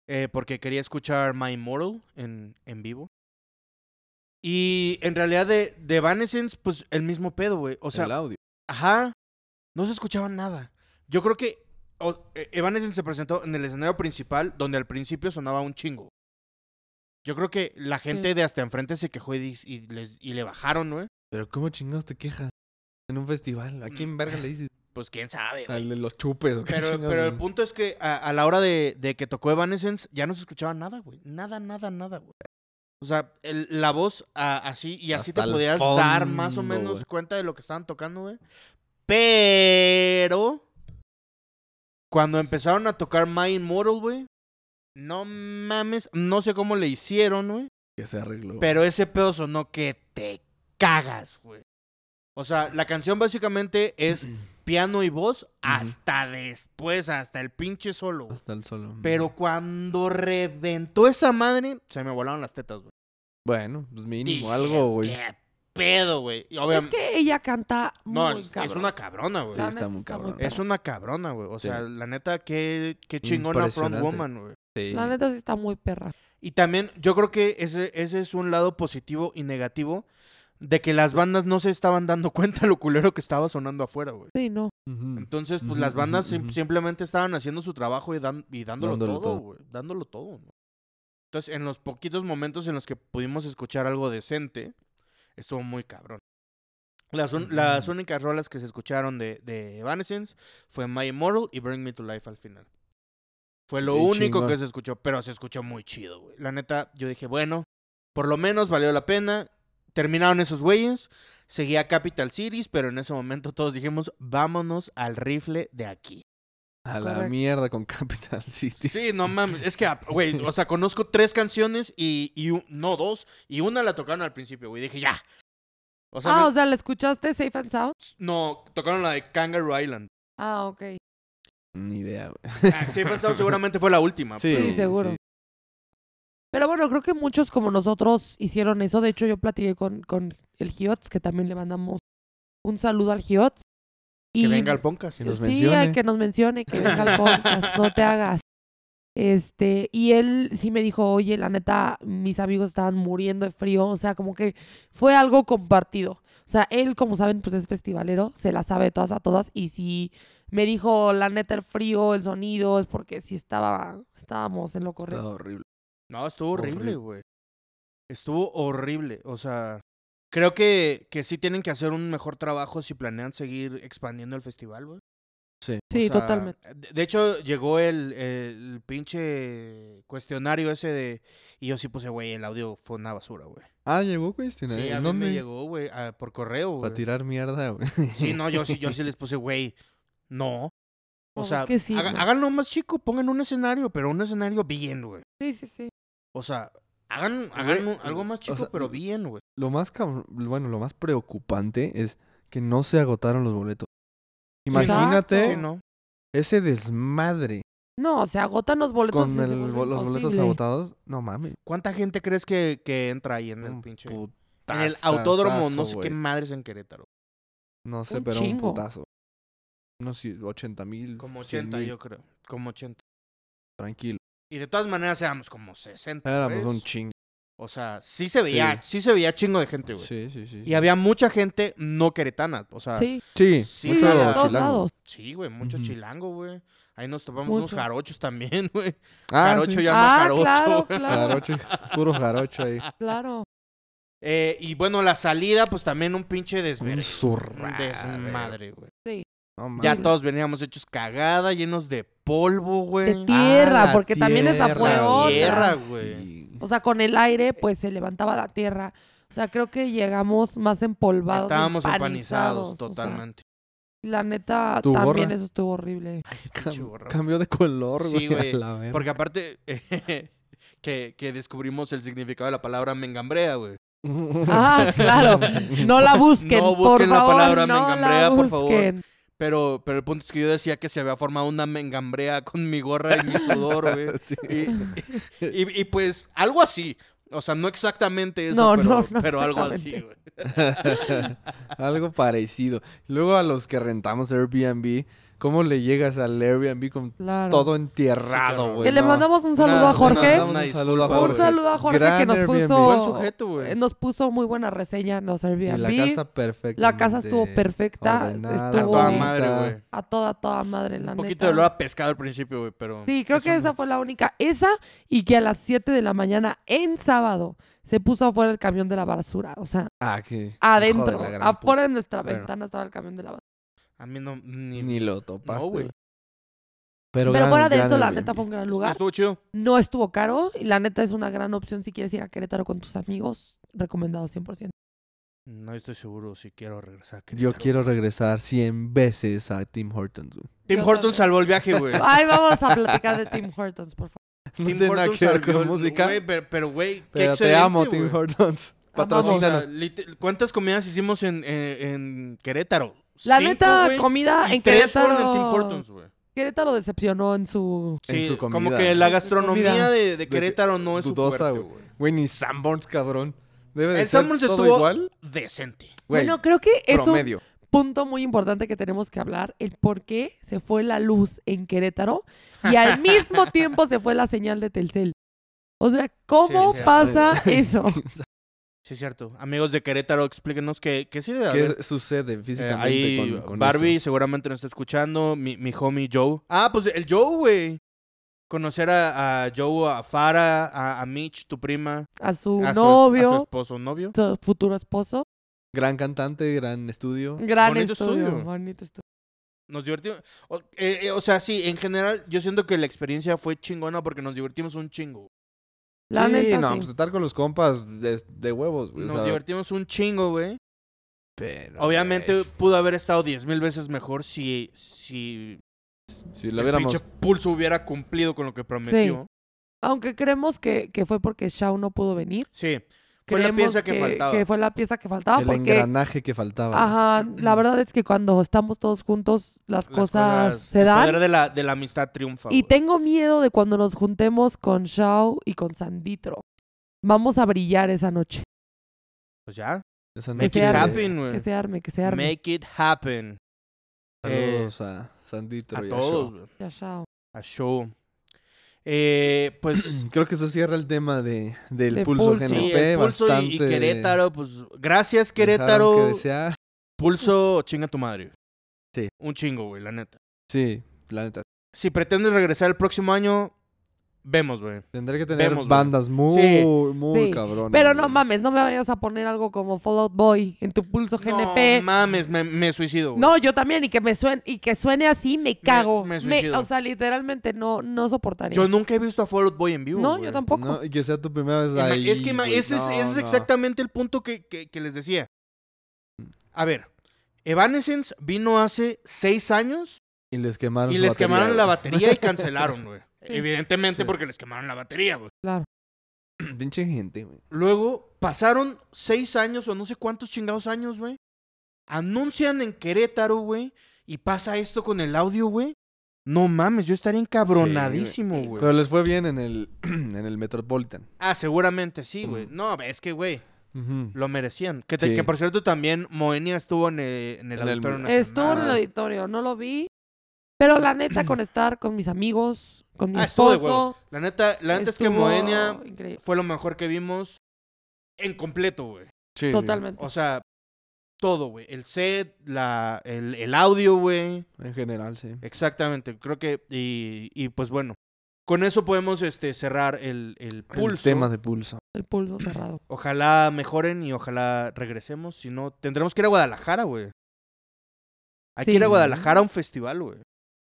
S1: eh, porque quería escuchar My Immortal en, en vivo. Y en realidad de, de Evanescence, pues el mismo pedo, güey. O sea,
S2: el audio.
S1: Ajá. No se escuchaba nada. Yo creo que o- eh, Evanescence se presentó en el escenario principal, donde al principio sonaba un chingo. Yo creo que la gente de hasta enfrente se quejó y, di- y les, y le bajaron, ¿no?
S2: Pero ¿cómo chingados te quejas? En un festival, ¿a quién verga le dices?
S1: Pues quién sabe, güey.
S2: Al de los chupes o qué
S1: Pero,
S2: chingados,
S1: pero el
S2: güey?
S1: punto es que a, a la hora de, de que tocó Evanescence ya no se escuchaba nada, güey. Nada, nada, nada, güey. O sea, el- la voz ah, así y así
S2: Hasta
S1: te
S2: el
S1: podías dar más o
S2: fondo,
S1: menos
S2: güey.
S1: cuenta de lo que estaban tocando, güey. Pero cuando empezaron a tocar My Immortal, güey, no mames, no sé cómo le hicieron, güey.
S2: Que se arregló.
S1: Pero ese pedo sonó que te cagas, güey. O sea, la canción básicamente es piano y voz hasta después, hasta el pinche solo. güey.
S2: Hasta el solo.
S1: Pero cuando reventó esa madre, se me volaron las tetas, güey.
S2: Bueno, pues mínimo,
S1: Dije,
S2: algo, güey.
S1: ¿Qué pedo, güey? Y
S3: Es
S1: obviamente,
S3: que ella canta
S1: no,
S3: muy
S1: es, es
S3: cabrón.
S1: una cabrona,
S3: O
S1: güey.
S3: sea,
S2: Sí, está
S3: neta,
S2: muy cabrón.
S1: Es una cabrona, güey. O sea,
S2: Sí.
S1: la neta, qué, qué chingona front
S2: Impresionante.
S1: woman, güey.
S2: Sí.
S3: La neta sí está muy perra.
S1: Y también yo creo que ese, ese es un lado positivo y negativo de que las bandas no se estaban dando cuenta lo culero que estaba sonando afuera, güey.
S3: Sí, no.
S2: Ujú.
S1: Entonces, pues
S2: Ujú,
S1: las
S2: ujú,
S1: bandas sim-
S2: ujú.
S1: simplemente estaban haciendo su trabajo y, dan- y dándolo,
S2: Dándolo
S1: todo,
S2: todo.
S1: güey. Dándolo todo, ¿no? Entonces, en los poquitos momentos en los que pudimos escuchar algo decente, estuvo muy cabrón. Las, un- las
S2: Ujú.
S1: únicas rolas que se escucharon de, de Evanescence fue My Immortal y Bring Me to Life al final. Fue lo
S2: Qué
S1: único que
S2: chingón.
S1: se escuchó, pero se escuchó muy chido, güey. La neta, yo dije, bueno, por lo menos valió la pena. Terminaron esos güeyes. Seguía Capital Cities, pero en ese momento todos dijimos, vámonos al rifle de aquí.
S2: A la
S3: Correcto.
S2: mierda con Capital City.
S1: Sí, no mames. Es que, ah, güey, o sea, conozco tres canciones y, y un- no dos, y una la tocaron al principio, güey. Dije, ya. O sea,
S3: ah,
S1: me-
S3: o sea, ¿la escuchaste Safe and Sound?
S1: no, tocaron la de Kangaroo Island.
S3: Ah, ok.
S2: Ni idea, güey.
S1: Ah, Safe and Sound seguramente fue la última.
S3: Sí, seguro. Pero bueno, creo que muchos como nosotros hicieron eso. De hecho, yo platiqué con, con el Giots, que también le mandamos un saludo al Giots.
S1: Que venga al podcast.
S2: Que nos
S3: Eh, sí,
S2: mencione.
S3: ay, que nos mencione, que venga al podcast, no te hagas. Este, y él sí me dijo, oye, la neta, mis amigos estaban muriendo de frío, o sea, como que fue algo compartido. O sea, él, como saben, pues es festivalero, se la sabe de todas a todas, y sí me dijo, la neta, el frío, el sonido, es porque sí estaba, estábamos en lo correcto.
S2: Está horrible.
S1: No, estuvo horrible,
S2: Horrible.
S1: güey. Estuvo horrible. O sea, creo que, que sí tienen que hacer un mejor trabajo si planean seguir expandiendo el festival, güey.
S2: Sí.
S1: O
S3: Sí,
S1: sea,
S3: totalmente.
S1: De de hecho, llegó el, el pinche cuestionario ese de. Y yo sí puse, güey, el audio fue una basura, güey.
S2: Ah, llegó cuestión.
S1: Sí, a
S2: ¿En
S1: mí me
S2: dónde?
S1: llegó, güey, a- por correo,
S2: Para
S1: güey.
S2: tirar mierda, güey.
S1: Sí, no, yo sí, yo sí les puse, güey, no. O
S3: No,
S1: sea,
S3: es que sí,
S1: haga-
S3: güey.
S1: háganlo más chico, pongan un escenario, pero un escenario bien, güey.
S3: Sí, sí, sí.
S1: O sea, Hagan, hagan un- algo más chico,
S2: sea,
S1: pero bien, güey.
S2: Lo más, cabr- bueno, lo más preocupante es que no se agotaron los boletos. Imagínate
S1: Sí, ¿no?
S2: ese desmadre
S3: No, se agotan los boletos.
S2: con
S3: y se
S2: el
S3: vuelve
S2: bo- los boletos
S3: imposible.
S2: agotados. No mames.
S1: ¿Cuánta gente crees que, que entra ahí en el
S2: un
S1: pinche? En el autódromo, no sé qué
S2: putazazo, güey.
S1: madres en Querétaro.
S2: No sé,
S3: Un
S2: pero un
S3: chingo.
S2: putazo. Unos si- 80 mil.
S1: Como 80, yo creo. Como 80.
S2: Tranquilo.
S1: Y de todas maneras éramos como 60.
S2: Éramos
S1: ¿ves?
S2: un chingo.
S1: O sea, sí se veía, sí, se veía chingo de gente, güey.
S2: Sí, sí, sí.
S1: Y había mucha gente no queretana. O sea,
S3: Sí,
S2: Sí,
S1: Sí,
S2: mucho
S1: de todos
S2: chilango.
S3: lados.
S1: sí, güey, mucho
S2: Ujú.
S1: chilango, güey. Ahí nos topamos unos
S3: Mucho.
S1: jarochos también, güey.
S2: Ah,
S1: jarocho
S2: sí.
S1: ya
S3: Ah,
S1: no jarocho.
S3: claro,
S1: güey.
S3: claro.
S2: Jarocho, puro jarocho ahí.
S3: Claro.
S1: Eh, y bueno, la salida, pues también un pinche desvergue.
S2: Un zurradero.
S1: desmadre, güey.
S2: No mames.
S1: Ya
S3: Sí.
S1: todos veníamos hechos cagada, llenos de polvo, güey. Ah,
S3: De tierra,
S2: la
S3: porque también esa
S2: tierra,
S3: fue
S1: la
S3: otra.
S1: tierra, güey.
S2: Ah, Sí.
S3: O sea, con el aire, pues se levantaba la tierra. O sea, creo que llegamos más empolvados.
S1: Estábamos
S3: empanizados,
S1: empanizados,
S3: o sea,
S1: totalmente.
S3: y la neta,
S2: Tu
S3: también
S2: gorra.
S3: eso estuvo horrible.
S1: Pinche
S2: Cam-
S1: borracho.
S2: cambió de color,
S1: Sí,
S2: güey.
S1: güey,
S2: a la verga.
S1: Porque aparte, que, que descubrimos el significado de la palabra mengambrea, güey.
S3: Ah, claro. No la busquen.
S1: No
S3: por
S1: busquen la
S3: favor,
S1: palabra
S3: no
S1: mengambrea,
S3: la
S1: por favor.
S3: busquen.
S1: Pero, pero el punto es que yo decía que se había formado una mengambrea con mi gorra y mi sudor, güey.
S2: Sí.
S1: Y, y- y, pues algo así. O sea, no exactamente eso,
S3: No,
S1: pero,
S3: no, no
S1: pero algo así,
S3: exactamente.
S1: güey.
S2: Algo parecido. Luego a los que rentamos Airbnb, ¿cómo le llegas al Airbnb con
S3: Claro.
S2: todo
S1: Sí, qué
S2: entierrado,
S1: horror.
S2: güey?
S3: Que le
S2: No.
S3: mandamos un saludo
S1: Una-
S3: a Jorge.
S1: una-
S2: Un saludo a
S1: disculpa,
S2: Jorge.
S3: un saludo a Jorge
S2: Gran
S3: que nos
S2: Airbnb.
S3: puso.
S1: Buen sujeto, güey.
S3: eh, Nos puso muy buena reseña en los Airbnb.
S2: Y la casa perfecta.
S3: La casa estuvo perfecta.
S2: ordenada,
S1: A
S3: Estuvo
S1: toda
S2: bonita.
S1: madre, güey.
S3: a toda, toda madre, la
S1: Un poquito
S3: neta.
S1: de olor a pescado al principio, güey, pero...
S3: Sí, creo
S1: eso
S3: que
S1: no.
S3: esa fue la única. Esa y que a las 7 de la mañana en sábado se puso afuera el camión de la basura. O sea,
S2: Ah, que. hijo de
S3: adentro. Ah,
S2: la gran
S3: Afuera de nuestra
S2: Bueno.
S3: ventana estaba el camión de la basura.
S1: A mí no...
S2: puta.
S1: Ni...
S2: Ni lo topaste.
S1: No, güey.
S2: güey.
S3: Pero,
S2: gran-
S3: fuera de
S2: gran
S3: eso, la
S2: Airbnb.
S3: neta fue un gran lugar.
S1: Estuvo chido.
S3: No estuvo caro y la neta es una gran opción si quieres ir a Querétaro con tus amigos. Recomendado 100%.
S1: No estoy seguro si quiero regresar a
S2: Yo
S1: Querétaro.
S2: quiero regresar 100 veces a Tim Hortons, güey.
S1: Tim
S3: Yo
S1: Hortons
S3: también.
S1: salvó el viaje, güey.
S3: Ay, vamos a platicar de Tim Hortons, por favor.
S2: No
S1: Tim
S2: tiene nada
S1: Hortons
S2: que ver
S1: salvó
S2: con
S1: el-
S2: música.
S1: güey, pero- pero, güey, qué
S2: pero te
S1: excelente,
S2: amo, Tim
S1: güey.
S2: Hortons.
S1: O sea,
S2: Patrocínanos.
S1: lite- ¿Cuántas comidas hicimos en, en- en Querétaro?
S3: La
S1: Cinco,
S3: neta,
S1: güey,
S3: comida
S1: y
S3: en
S1: tres
S3: Querétaro.
S1: fueron en Tim Hortons, güey.
S3: Querétaro decepcionó en su.
S1: Sí,
S2: su
S1: como
S2: comida.
S1: que la gastronomía
S3: Comida.
S1: de, de Querétaro no es
S2: Dudosa,
S1: su fuerte, güey.
S2: Güey, ni Sanborns, cabrón. Debe de
S1: El
S2: ser
S1: Sanborns
S2: todo
S1: estuvo
S2: igual.
S1: decente.
S2: Güey,
S3: Bueno, creo que es un
S2: promedio.
S3: punto muy importante que tenemos que hablar: el por qué se fue la luz en Querétaro y al mismo tiempo se fue la señal de Telcel. O sea, ¿cómo
S1: Sí, sí,
S3: pasa eso?
S1: Sí, es cierto. Amigos de Querétaro, explíquenos qué, qué sí debe haber.
S2: ¿Qué sucede
S1: Eh,
S2: físicamente
S1: ahí
S2: con, con
S1: Barbie
S2: eso?
S1: seguramente nos está escuchando, mi, mi homie Joe. Ah, pues el Joe, güey. Conocer a, a Joe, a Farah, a, a Mitch, tu prima,
S3: A su
S1: a su-
S3: novio,
S1: a su esposo, novio.
S3: su futuro esposo.
S2: Gran cantante, gran estudio.
S3: Gran
S1: Bonito
S3: estudio.
S1: estudio.
S3: Bonito estudio.
S1: Nos divertimos. O, eh, eh, o sea, sí, en general, yo siento que la experiencia fue chingona porque nos divertimos un chingo.
S3: La
S2: sí,
S3: neta,
S2: no,
S3: sí.
S2: pues estar con los compas de, de huevos, güey. o
S1: Nos
S2: sea,
S1: divertimos un chingo, güey.
S2: pero,
S1: Obviamente
S2: güey,
S1: pudo haber estado diez mil veces mejor si, si
S2: si lo
S1: el
S2: hubiéramos...
S1: pinche pulso hubiera cumplido con lo que prometió.
S3: Aunque creemos que, que fue porque Shao no pudo venir.
S1: Sí. Fue la
S3: Creemos
S1: pieza que faltaba.
S3: fue la pieza que faltaba
S2: el
S3: porque
S2: engranaje que faltaba.
S3: Ah, Ajá, la verdad es que cuando estamos todos juntos las,
S1: Las
S3: cosas, se
S1: el
S3: dan.
S1: poder de la, de la amistad triunfa.
S3: Y
S1: güey.
S3: tengo miedo de cuando nos juntemos con Shao y con Sanditro. Vamos a brillar esa noche.
S1: Pues ya.
S2: Esa
S1: Make
S3: se
S1: it
S2: noche,
S3: arme.
S1: happen,
S3: Que
S1: güey.
S3: se arme, que se arme.
S1: Make it happen. Eh,
S2: Saludos a Sandito
S1: a
S2: y a
S1: todos,
S2: Shaw.
S1: güey.
S3: Ya, Shao.
S1: A show. Eh, pues
S2: Creo que eso cierra el tema de, del
S3: De
S2: pulso,
S3: pulso.
S2: GNP.
S1: sí, el pulso y- y,
S2: bastante
S1: Querétaro, pues gracias
S2: dejaron Que
S1: Querétaro.
S2: desear.
S1: Pulso, chinga tu madre.
S2: Sí.
S1: Un chingo, güey, la neta.
S2: Sí, la neta.
S1: Si pretendes regresar el próximo año, vemos, güey.
S2: Tendré que tener
S1: Vemos, güey.
S2: bandas muy,
S1: Sí.
S2: muy
S3: Sí.
S2: cabronas.
S3: Pero no
S2: güey.
S3: mames, no me vayas a poner algo como Fallout Boy en tu pulso GNP.
S1: No mames, me, me suicido. güey.
S3: No, yo también, y que me suene, y que suene así, me cago.
S1: me
S3: Me-
S1: suicido.
S3: o sea, literalmente no, no soportaría.
S1: Yo nunca he visto a Fallout Boy en vivo.
S3: no,
S1: güey.
S3: yo tampoco.
S2: No, y que sea tu primera vez
S1: Ima-
S2: ahí.
S1: es que ima-
S2: güey.
S1: ese, es,
S2: No,
S1: ese es
S2: no.
S1: exactamente el punto que, que- que les decía.
S2: Mm.
S1: A ver, Evanescence vino hace seis años
S2: Y les quemaron
S1: y
S2: su
S1: les
S2: batería,
S1: quemaron la
S2: güey.
S1: batería y cancelaron, güey.
S3: Sí.
S1: Evidentemente
S2: Sí.
S1: porque les quemaron la batería, güey.
S3: Claro.
S2: Pinche gente, güey.
S1: Luego pasaron seis años o no sé cuántos chingados años, güey. Anuncian en Querétaro, güey. Y pasa esto con el audio, güey. No mames, yo estaría encabronadísimo, güey.
S2: Pero les fue bien en el, en el Metropolitan.
S1: Ah, seguramente sí, güey.
S2: Ujú.
S1: No, es que, güey,
S2: Ujú.
S1: lo merecían. Que, te-
S2: Sí.
S1: que, por cierto también Moenia estuvo en el, en el
S2: En el-
S1: Auditorio Nacional.
S3: Estuvo en Ah, el auditorio, no lo vi. Pero la neta, con estar con mis amigos, con mi
S1: Ah, estuvo de huevos.
S3: esposo.
S1: La neta, la neta es que
S3: estuvo
S1: Moenia
S3: increíble.
S1: fue lo mejor que vimos en completo, güey.
S2: Sí, sí.
S3: Totalmente.
S1: O sea, todo, güey. El set, la, el, el audio, güey.
S2: En general, sí.
S1: Exactamente. Creo que. Y, y, pues bueno. Con eso podemos este, cerrar el, el pulso.
S2: El tema de pulso.
S3: El pulso cerrado.
S1: Ojalá mejoren y ojalá regresemos. Si no, tendremos que ir a Guadalajara, güey. Hay que
S3: Sí.
S1: ir a Guadalajara a un festival, güey.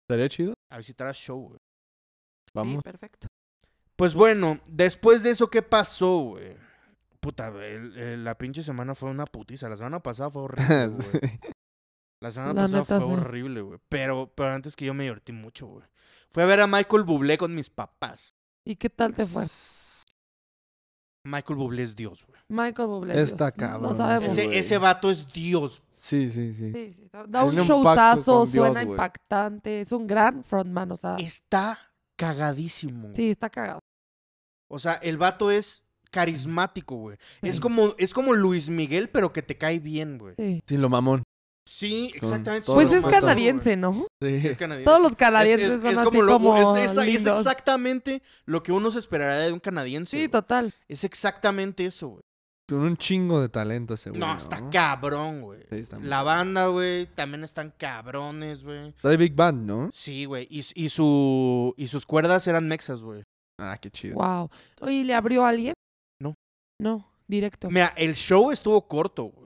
S2: ¿Estaría chido?
S1: A visitar a show, güey.
S3: Sí,
S2: Vamos.
S3: perfecto.
S1: Pues bueno, después de eso, ¿qué pasó, güey? Puta, el- el- la pinche semana fue una putiza. La semana pasada fue horrible, güey. La semana
S3: La
S1: pasada
S3: neta,
S1: fue
S3: sí.
S1: horrible, güey. Pero, pero antes que yo me divertí mucho, güey. Fui a ver a Michael Bublé con mis papás.
S3: ¿Y qué tal te fue?
S1: Michael Bublé es Dios, güey.
S3: Michael Bublé.
S2: Está
S3: Dios,
S2: cabrón,
S3: Lo sabemos.
S1: Ese,
S2: güey.
S1: ese vato es Dios.
S2: sí, sí, sí.
S3: Sí, sí, da- Da
S2: Es
S3: un
S2: un pacto
S3: showzazo,
S2: con Dios,
S3: suena
S2: güey.
S3: impactante. Es un gran frontman, o sea.
S1: Está cagadísimo. güey.
S3: Ah. Sí, está cagado.
S1: O sea, el vato es carismático, güey. Es
S3: Sí.
S1: como, es como Luis Miguel, pero que te cae bien, güey.
S3: Sí.
S2: Sí, lo mamón.
S1: Sí,
S2: Con
S1: exactamente. son
S2: todo
S3: Pues
S1: los
S3: es
S1: matos,
S3: canadiense, ¿no?
S2: Sí.
S1: güey. Sí, es canadiense.
S3: Todos los
S1: Es- es-
S3: canadienses son
S1: es
S3: así
S1: como
S3: como,
S1: lo- es- es- es
S3: lindos.
S1: exactamente lo que uno se esperaría de un canadiense.
S3: Sí,
S1: güey.
S3: total.
S1: Es exactamente eso, güey.
S2: Tiene un chingo de talento ese güey.
S1: No, está cabrón, güey.
S2: Sí, está muy
S1: La
S2: cabrón.
S1: banda, güey, también están cabrones, güey.
S2: Trae Big Band, ¿no?
S1: Sí, güey. Y, y su, y sus cuerdas eran mexas, güey.
S2: Ah, qué chido.
S3: Wow. Oye, ¿le abrió a alguien?
S1: No.
S3: No, directo.
S1: Mira, el show estuvo corto, güey.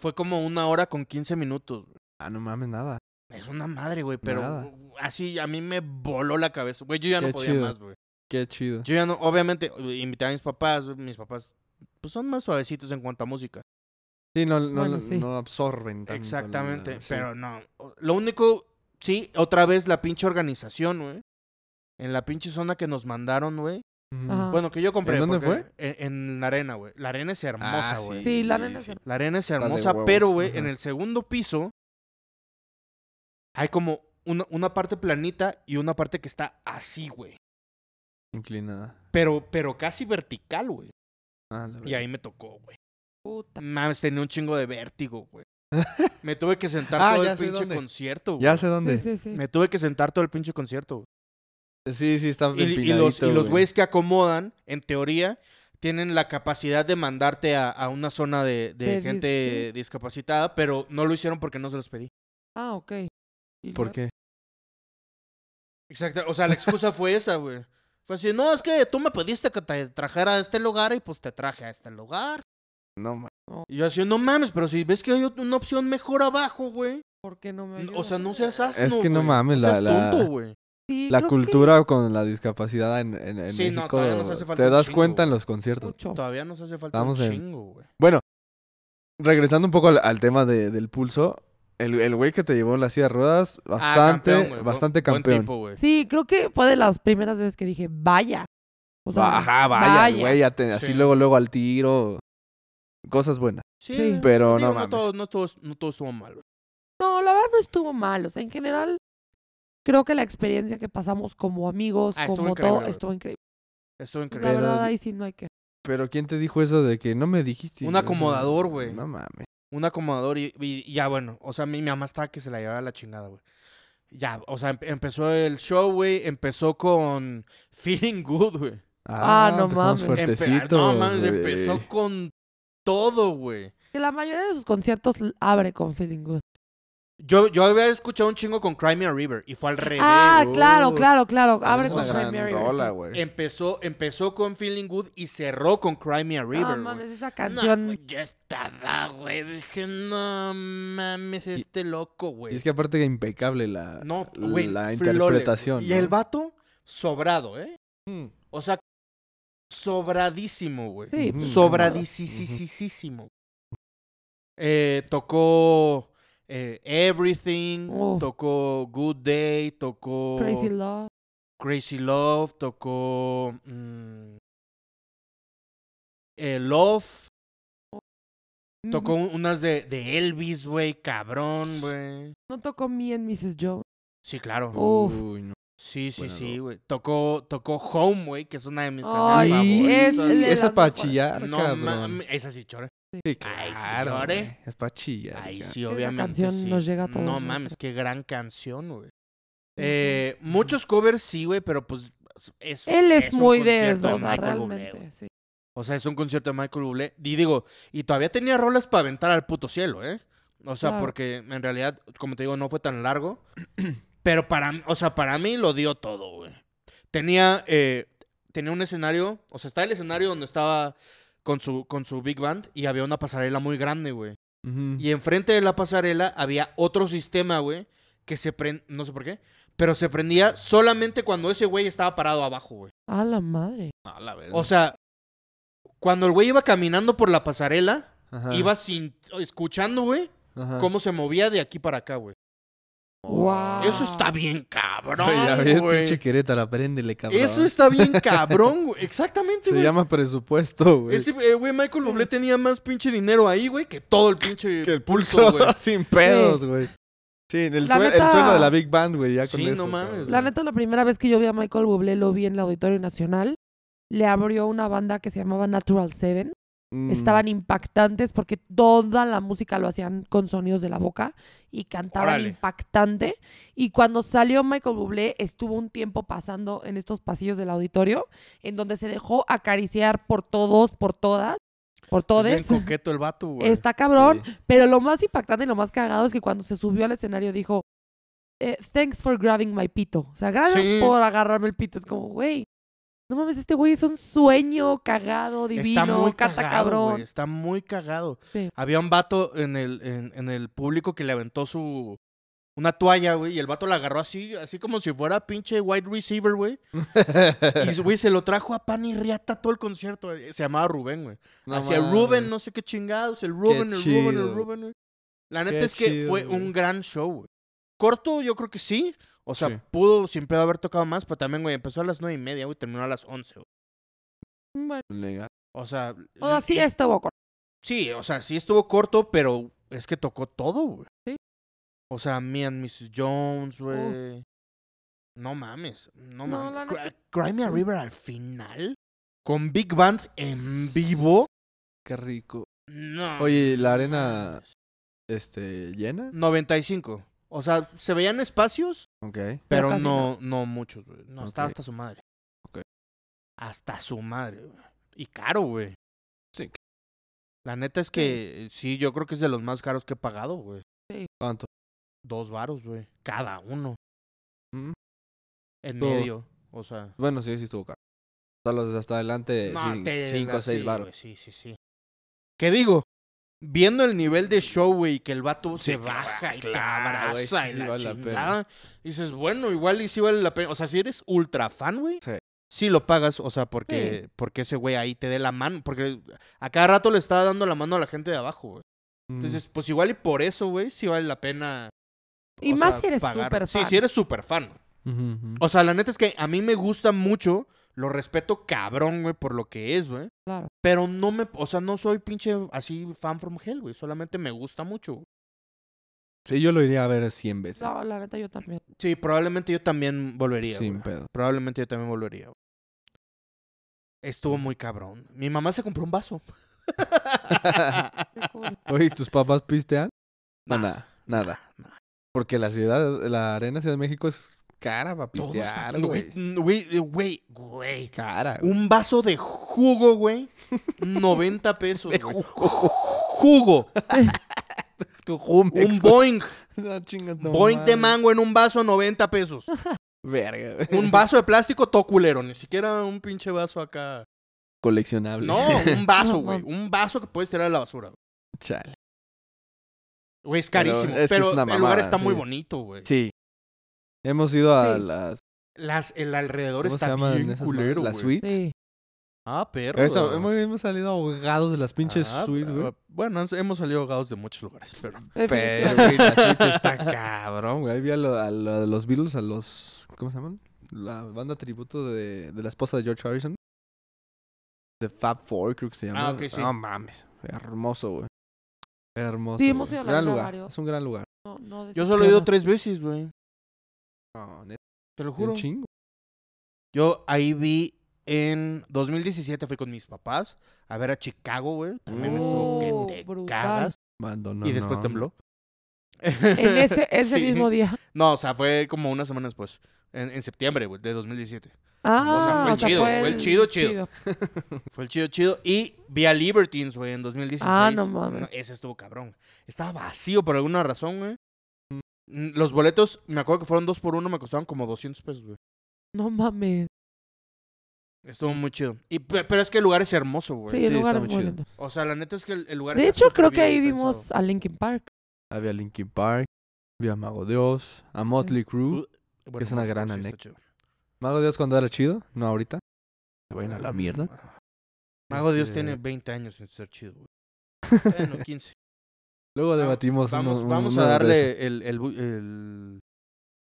S1: Fue como una hora con 15 minutos, güey.
S2: Ah, no mames, nada.
S1: Es una madre, güey, pero
S2: Nada.
S1: u- así a mí me voló la cabeza. Güey, yo ya no
S2: Qué
S1: podía
S2: chido.
S1: más, güey.
S2: Qué chido.
S1: Yo ya no, obviamente, u- invité a mis papás, güey, mis papás, pues son más suavecitos en cuanto a música.
S2: Sí, no, no,
S3: Bueno, sí.
S2: no absorben tanto. la-
S1: Exactamente,
S2: sí.
S1: pero no. o- Lo único, sí, otra vez la pinche organización, güey. En la pinche zona que nos mandaron, güey.
S2: Ujú.
S3: Ajá.
S1: Bueno, que yo compré.
S2: ¿En dónde
S1: porque- En, en la arena, güey. La arena es hermosa,
S2: Ah,
S1: güey.
S3: Sí, la nena
S2: sí.
S3: se-
S1: La arena es
S2: de
S1: hermosa,
S2: huevos,
S1: pero, güey, en
S2: ajá.
S1: el segundo piso hay como una, una parte planita y una parte que está así, güey.
S2: Inclinada.
S1: Pero, pero casi vertical, güey.
S2: Ah, la
S1: Y ahí me tocó, güey.
S3: Puta.
S1: Mames, tenía un chingo de vértigo, güey. Me tuve que sentar
S2: Ah,
S1: todo
S2: ya
S1: el
S2: sé
S1: pinche
S2: dónde.
S1: concierto, güey.
S2: Ya sé
S3: Sí,
S2: dónde.
S3: sí, sí.
S1: Me tuve que sentar todo el pinche concierto, güey.
S2: Sí, sí, está
S1: Y, y
S2: empinadito,
S1: los, y los
S2: güey.
S1: güeyes que acomodan, en teoría, tienen la capacidad de mandarte a, a una zona de, de
S3: De dis-
S1: gente discapacitada, pero no lo hicieron porque no se los pedí.
S3: Ah, ok. ¿Y
S2: ¿Por
S3: luego?
S2: qué?
S1: Exacto, o sea, la excusa fue esa, güey. Fue así, no, es que tú me pediste que te trajera a este lugar y pues te traje a este lugar.
S2: No mames.
S1: Y yo así, no mames, pero si ves que hay ot- una opción mejor abajo, güey.
S3: ¿Por qué no me
S1: O sea,
S3: ayudas?
S1: no seas asno,
S2: Es que no
S1: güey.
S2: mames, la-
S1: seas
S2: la-
S1: tonto, güey.
S3: Sí,
S2: La
S3: creo que
S2: cultura con la discapacidad en, en, en
S1: Sí, no,
S2: México.
S1: todavía nos hace falta
S2: te
S1: un
S2: das
S1: chingo,
S2: cuenta en
S1: güey.
S2: los conciertos.
S3: mucho.
S1: Todavía nos hace falta
S2: Estamos
S1: un
S2: en-
S1: chingo, güey.
S2: Regresando un poco al, al tema de- del pulso, el el güey que te llevó en la silla de ruedas,
S1: Ah,
S2: bastante, bastante campeón.
S3: Sí, creo que fue de las primeras veces que dije, vaya. O sea,
S2: Ajá, vaya, el
S3: vaya.
S2: güey, ya te- así
S1: Sí.
S2: luego, luego al tiro. Cosas buenas.
S1: Sí,
S3: Sí.
S1: güey.
S2: Pero
S1: Digo,
S2: no mames.
S1: todo, no, todo, no todo estuvo mal, güey.
S3: No, la verdad no estuvo mal. O sea, en general, creo que la experiencia que pasamos como amigos,
S1: Ah, estuvo
S3: como
S1: increíble,
S3: todo,
S1: güey.
S3: estuvo increíble.
S1: Estuvo
S3: La
S1: increíble.
S2: Pero-
S3: verdad, ahí sí no hay que.
S2: Pero ¿quién te dijo eso de que no me dijiste?
S1: Un
S2: Y yo así,
S1: acomodador, güey.
S2: No mames.
S1: Un acomodador y, y- y ya, bueno. O sea, mi, mi mamá estaba que se la llevaba la chingada, güey. Ya, o sea, em- empezó el show, güey. Empezó con Feeling Good, güey.
S3: Ah, no
S2: empezamos
S3: mames.
S1: Empe-
S2: fuertecitos,
S1: No, mames,
S2: güey.
S1: empezó con todo, güey.
S3: Que la mayoría de sus conciertos l- abre con Feeling Good.
S1: Yo, yo había escuchado un chingo con Cry Me a River y fue al revés.
S3: ah,
S1: güey.
S2: güey.
S3: claro, claro, claro.
S2: Pero
S3: Abre
S2: es
S3: con
S2: una
S3: Cry
S2: gran
S3: Mary.
S2: rola, Em, güey.
S1: Empezó, empezó con Feeling Good y cerró con Cry Me a River.
S3: No
S1: güey.
S3: mames, esa
S1: No,
S3: canción.
S1: güey, ya estaba, güey. Dije, no mames, este loco, güey.
S2: Y es que aparte que impecable la,
S1: no, güey.
S2: la
S1: flawless, güey.
S2: interpretación.
S1: Y
S2: ¿no?
S1: el vato, sobrado, ¿eh?
S2: Mm.
S1: O sea, sobradísimo, güey.
S3: Sí,
S2: Ujú.
S1: Sobradísimo. Eh, tocó eh, Everything,
S3: Uf.
S1: tocó Good Day, tocó
S3: Crazy Love.
S1: Crazy Love, tocó mm, eh, Love. Tocó
S3: Mm,
S1: un- unas de, de Elvis, güey, cabrón, güey.
S3: No tocó Me and Mrs. Jones.
S1: Sí, claro.
S3: Uf.
S2: Uy, no.
S1: Sí, sí,
S2: Buena
S1: sí,
S2: rola.
S1: güey. Tocó, tocó Home, güey, que es una de mis
S3: Ay,
S1: canciones
S3: es
S1: favoritas.
S3: de
S2: Esa
S3: las
S2: para
S3: mejores.
S2: chillar,
S1: No
S2: cabrón.
S1: mames, esa sí chora.
S2: Sí,
S1: Ay,
S2: claro,
S1: señores.
S2: güey, Es para chillar.
S1: Ay,
S2: ya.
S1: sí,
S3: Esa
S1: obviamente.
S3: canción
S1: sí.
S3: nos llega a todos,
S1: No
S3: güey.
S1: mames, qué gran canción, güey. Eh, muchos covers sí, güey, pero pues es,
S3: Él es,
S1: un
S3: muy de
S1: concierto
S3: eso, o sea,
S1: Michael Bublé,
S3: realmente.
S1: güey.
S3: sí.
S1: o sea, es un concierto de Michael Bublé. Y digo, y todavía tenía rolas para aventar al puto cielo, ¿eh? O sea,
S3: Claro.
S1: porque en realidad, como te digo, no fue tan largo. pero para, m- o sea, para mí lo dio todo, güey. Tenía, eh, tenía un escenario, o sea, estaba el escenario donde estaba con su, con su big band y había una pasarela muy grande, güey.
S2: Ujú.
S1: Y enfrente de la pasarela había otro sistema, güey, que se prendía, no sé por qué, pero se prendía solamente cuando ese güey estaba parado abajo, güey.
S3: A la madre.
S2: A la verga.
S1: O sea, cuando el güey iba caminando por la pasarela,
S2: Ajá,
S1: iba sin escuchando, güey,
S2: ajá.
S1: cómo se movía de aquí para acá, güey.
S3: Wow.
S1: Eso está bien cabrón,
S2: Güey, ya ves,
S1: güey.
S2: pinche Querétaro, apréndele, cabrón.
S1: Eso está bien cabrón, güey. Exactamente,
S2: Se
S1: güey.
S2: llama presupuesto, güey.
S1: Ese eh, güey Michael Bublé tenía más pinche dinero ahí, güey, que todo el pinche
S2: Que el
S1: pulso, güey.
S2: Sin pedos, güey. Sí, el,
S3: La
S2: sue- el
S3: neta-
S2: suelo de la Big Band, güey, ya con
S1: Sí, no
S2: eso.
S1: mames,
S2: cabrón.
S1: güey.
S3: La neta, la primera vez que yo vi a Michael Bublé lo vi en el Auditorio Nacional. Le abrió una banda que se llamaba Natural Seven.
S2: Mm.
S3: Estaban impactantes porque toda la música lo hacían con sonidos de la boca y cantaban
S1: Órale.
S3: impactante. Y cuando salió Michael Bublé, estuvo un tiempo pasando en estos pasillos del auditorio, en donde se dejó acariciar por todos, por todas, por
S1: Bien
S3: todes.
S1: coqueto el vato, Pues güey.
S3: Está cabrón.
S2: Sí.
S3: Pero lo más impactante y lo más cagado es que cuando se subió al escenario dijo, eh, thanks for grabbing my pito. O sea, gracias
S1: Sí.
S3: por agarrarme el pito. Es como, güey, no mames, este güey es un sueño cagado, divino,
S1: está muy
S3: canta
S1: cagado,
S3: cabrón.
S1: güey, Está muy cagado.
S3: Sí.
S1: Había un vato en el, en, en el público que le aventó su. Una toalla, güey, y el vato la agarró así, así como si fuera pinche wide receiver, güey. Y, güey, se lo trajo a pan y riata todo el concierto. eh, Se llamaba Rubén, güey.
S2: No
S1: Hacia
S2: mames.
S1: Rubén, no sé qué chingados. El Rubén, el Rubén, el
S2: chido.
S1: Rubén, güey. La neta
S2: Qué
S1: es que
S2: chido,
S1: fue
S2: güey.
S1: un gran show, güey. Corto, yo creo que sí. O sea,
S2: Sí.
S1: pudo sin pedo haber tocado más, pero también, güey, empezó a las nueve y media, güey, terminó a las once, güey.
S3: Bueno,
S2: Legal.
S1: O sea...
S3: o sea, sí
S1: es
S3: estuvo con-
S1: Sí, o sea, sí estuvo corto, pero es que tocó todo, güey.
S3: Sí.
S1: O sea, me and Mrs. Jones, güey. No mames, no,
S3: No, la
S1: mames. Cry, Cry Me a River al final, con Big Band en vivo.
S2: Qué rico.
S1: No.
S2: Oye, ¿la arena
S1: mames.
S2: Este, ¿llena?
S1: 95. O sea, se veían espacios,
S2: Ok.
S3: Pero
S1: pero
S3: casi
S1: no, no muchos, güey. No, estaba
S2: Ok.
S1: hasta su madre.
S2: Ok.
S1: Hasta su madre, güey. Y caro, güey.
S2: Sí.
S1: La neta es que sí, yo creo que es de los más caros que he pagado, güey.
S2: ¿Cuánto?
S1: dos varos, güey. Cada uno.
S2: Mm.
S1: En
S2: Todo.
S1: medio. O sea.
S2: Bueno, sí, sí estuvo caro. Hasta los de hasta adelante,
S1: No,
S2: sí,
S1: te-
S2: Eh, cinco o seis
S1: sí,
S2: baros.
S1: güey, Sí, sí, sí. ¿Qué digo? Viendo el nivel de show, güey, que el vato se baja y
S2: claro,
S1: te
S2: güey,
S1: abraza
S2: sí,
S1: y
S2: sí
S1: la
S2: vale la pena.
S1: chingada, dices, bueno, igual y sí vale la pena. O sea, si eres ultra fan, güey,
S2: Sí.
S1: sí lo pagas, o sea, porque, porque ese güey ahí te dé la mano, porque a cada rato le estaba dando la mano a la gente de abajo, güey.
S2: Mm.
S1: Entonces, pues igual y por eso, güey, sí vale la pena.
S3: Y
S1: o
S3: más
S1: sea,
S3: si eres
S1: pagar.
S3: súper
S1: Sí,
S3: fan.
S1: si eres súper fan, güey.
S2: Mm.
S1: O sea, la neta es que a mí me gusta mucho, lo respeto cabrón, güey, por lo que es, güey.
S3: Claro.
S1: Pero no me, o sea, no soy pinche así fan from hell, güey. Solamente me gusta mucho. güey.
S2: Sí, yo lo iría a ver 100 veces.
S3: No, la neta, yo también.
S1: Sí, probablemente yo también volvería,
S2: sin
S1: güey.
S2: pedo.
S1: Probablemente yo también volvería, güey. Estuvo muy cabrón. Mi mamá se compró un vaso.
S3: Qué cool.
S2: Oye, ¿tus papás pistean? No,
S1: Nah,
S2: nada, nada.
S1: nah, nah.
S2: Porque la ciudad, la arena Ciudad de México es cara para
S1: Todo está-
S2: pistear, güey.
S1: Güey, güey, güey.
S2: Cara, güey.
S1: Un vaso de jugo, güey. 90 pesos, güey. Jugo.
S2: Tu
S1: Un boing.
S2: No, chingas, no
S1: Boing de
S2: mames.
S1: mango en un vaso, 90 pesos.
S2: Verga, güey.
S1: Un vaso de plástico, todo culero. Ni siquiera un pinche vaso acá.
S2: Coleccionable.
S1: No, un vaso,
S3: No,
S1: güey.
S3: no.
S1: Un vaso que puedes tirar a la basura. güey.
S2: Chale.
S1: Güey, es
S2: Pero
S1: carísimo. Pero,
S2: es que es una
S1: el lugar
S2: mamada,
S1: está muy
S2: sí.
S1: bonito, güey.
S2: Sí. Hemos ido a
S3: Sí.
S2: las...
S1: Las, el alrededor
S2: ¿Cómo se
S1: está
S2: llaman
S1: bien
S2: esas
S1: culero,
S2: madres?
S1: güey.
S2: ¿Las suites?
S3: Sí.
S1: Ah, perro.
S2: Eso, hemos, hemos salido ahogados de las pinches
S1: Ah,
S2: suites, güey.
S1: ah, Bueno, han- hemos salido ahogados de muchos lugares, pero...
S2: Pero,
S3: definitivamente.
S2: güey, las suites está cabrón, güey. Ahí vi a, lo- a lo- a los Beatles, a los... ¿Cómo se llaman? La banda tributo de, de la esposa de George Harrison. The Fab Four, creo que se llama.
S1: Ah, ok, sí.
S2: No mames. Hermoso, güey. Hermoso.
S3: Sí, hemos
S2: güey.
S3: ido a la
S2: gran
S3: Luna
S2: lugar.
S3: varios.
S2: Es un gran lugar.
S3: No, no
S1: Yo solo he ido
S3: decepciona.
S1: tres veces, güey.
S2: No, neta,
S1: Te lo
S2: un
S1: juro.
S2: chingo.
S1: Yo ahí vi en 2017 fui con mis papás a ver a Chicago, güey. También estuvo
S3: Oh,
S1: que te
S3: brutal.
S1: cagas.
S2: Abandonó,
S1: y después
S2: no,
S1: tembló.
S3: En ese, ese
S1: Sí.
S3: mismo día.
S1: No, o sea, fue como una semana después. En, en septiembre, güey, de 2017.
S3: Ah,
S1: fue el chido, fue el chido, chido. Fue el chido, chido. Y vi a Libertines, güey, en 2016.
S3: Ah, no mames.
S1: ese estuvo cabrón. Estaba vacío por alguna razón, güey. Mm, Los boletos, me acuerdo que fueron dos por uno, me costaban como 200 pesos, güey.
S3: No mames.
S1: Estuvo muy chido. Y, pe- pero es que el lugar es hermoso, güey.
S3: Sí, el
S2: sí,
S3: lugar
S2: está
S3: es
S2: muy
S3: muy
S2: chido.
S3: lindo.
S1: O sea, la neta es que el, el lugar
S3: De
S1: está
S3: hecho,
S1: súper
S3: creo que
S1: bien
S3: ahí
S1: pensado.
S3: vimos a Linkin Park.
S2: Había Linkin Park. Había Mago Dios. A Motley Crue.
S1: Uh. Bueno,
S2: Es una
S1: bueno,
S2: gran
S1: sí está
S2: anécdota.
S1: chido.
S2: Mago Dios cuando era chido. No ahorita. Bueno, a la mierda.
S1: Mago Dios
S2: Este,
S1: tiene 20 años sin ser chido, güey. Bueno, 15.
S2: Luego
S1: Vamos-
S2: debatimos.
S1: Vamos,
S2: uno-
S1: vamos
S2: uno
S1: a
S2: de esos.
S1: darle el, el, bu- el-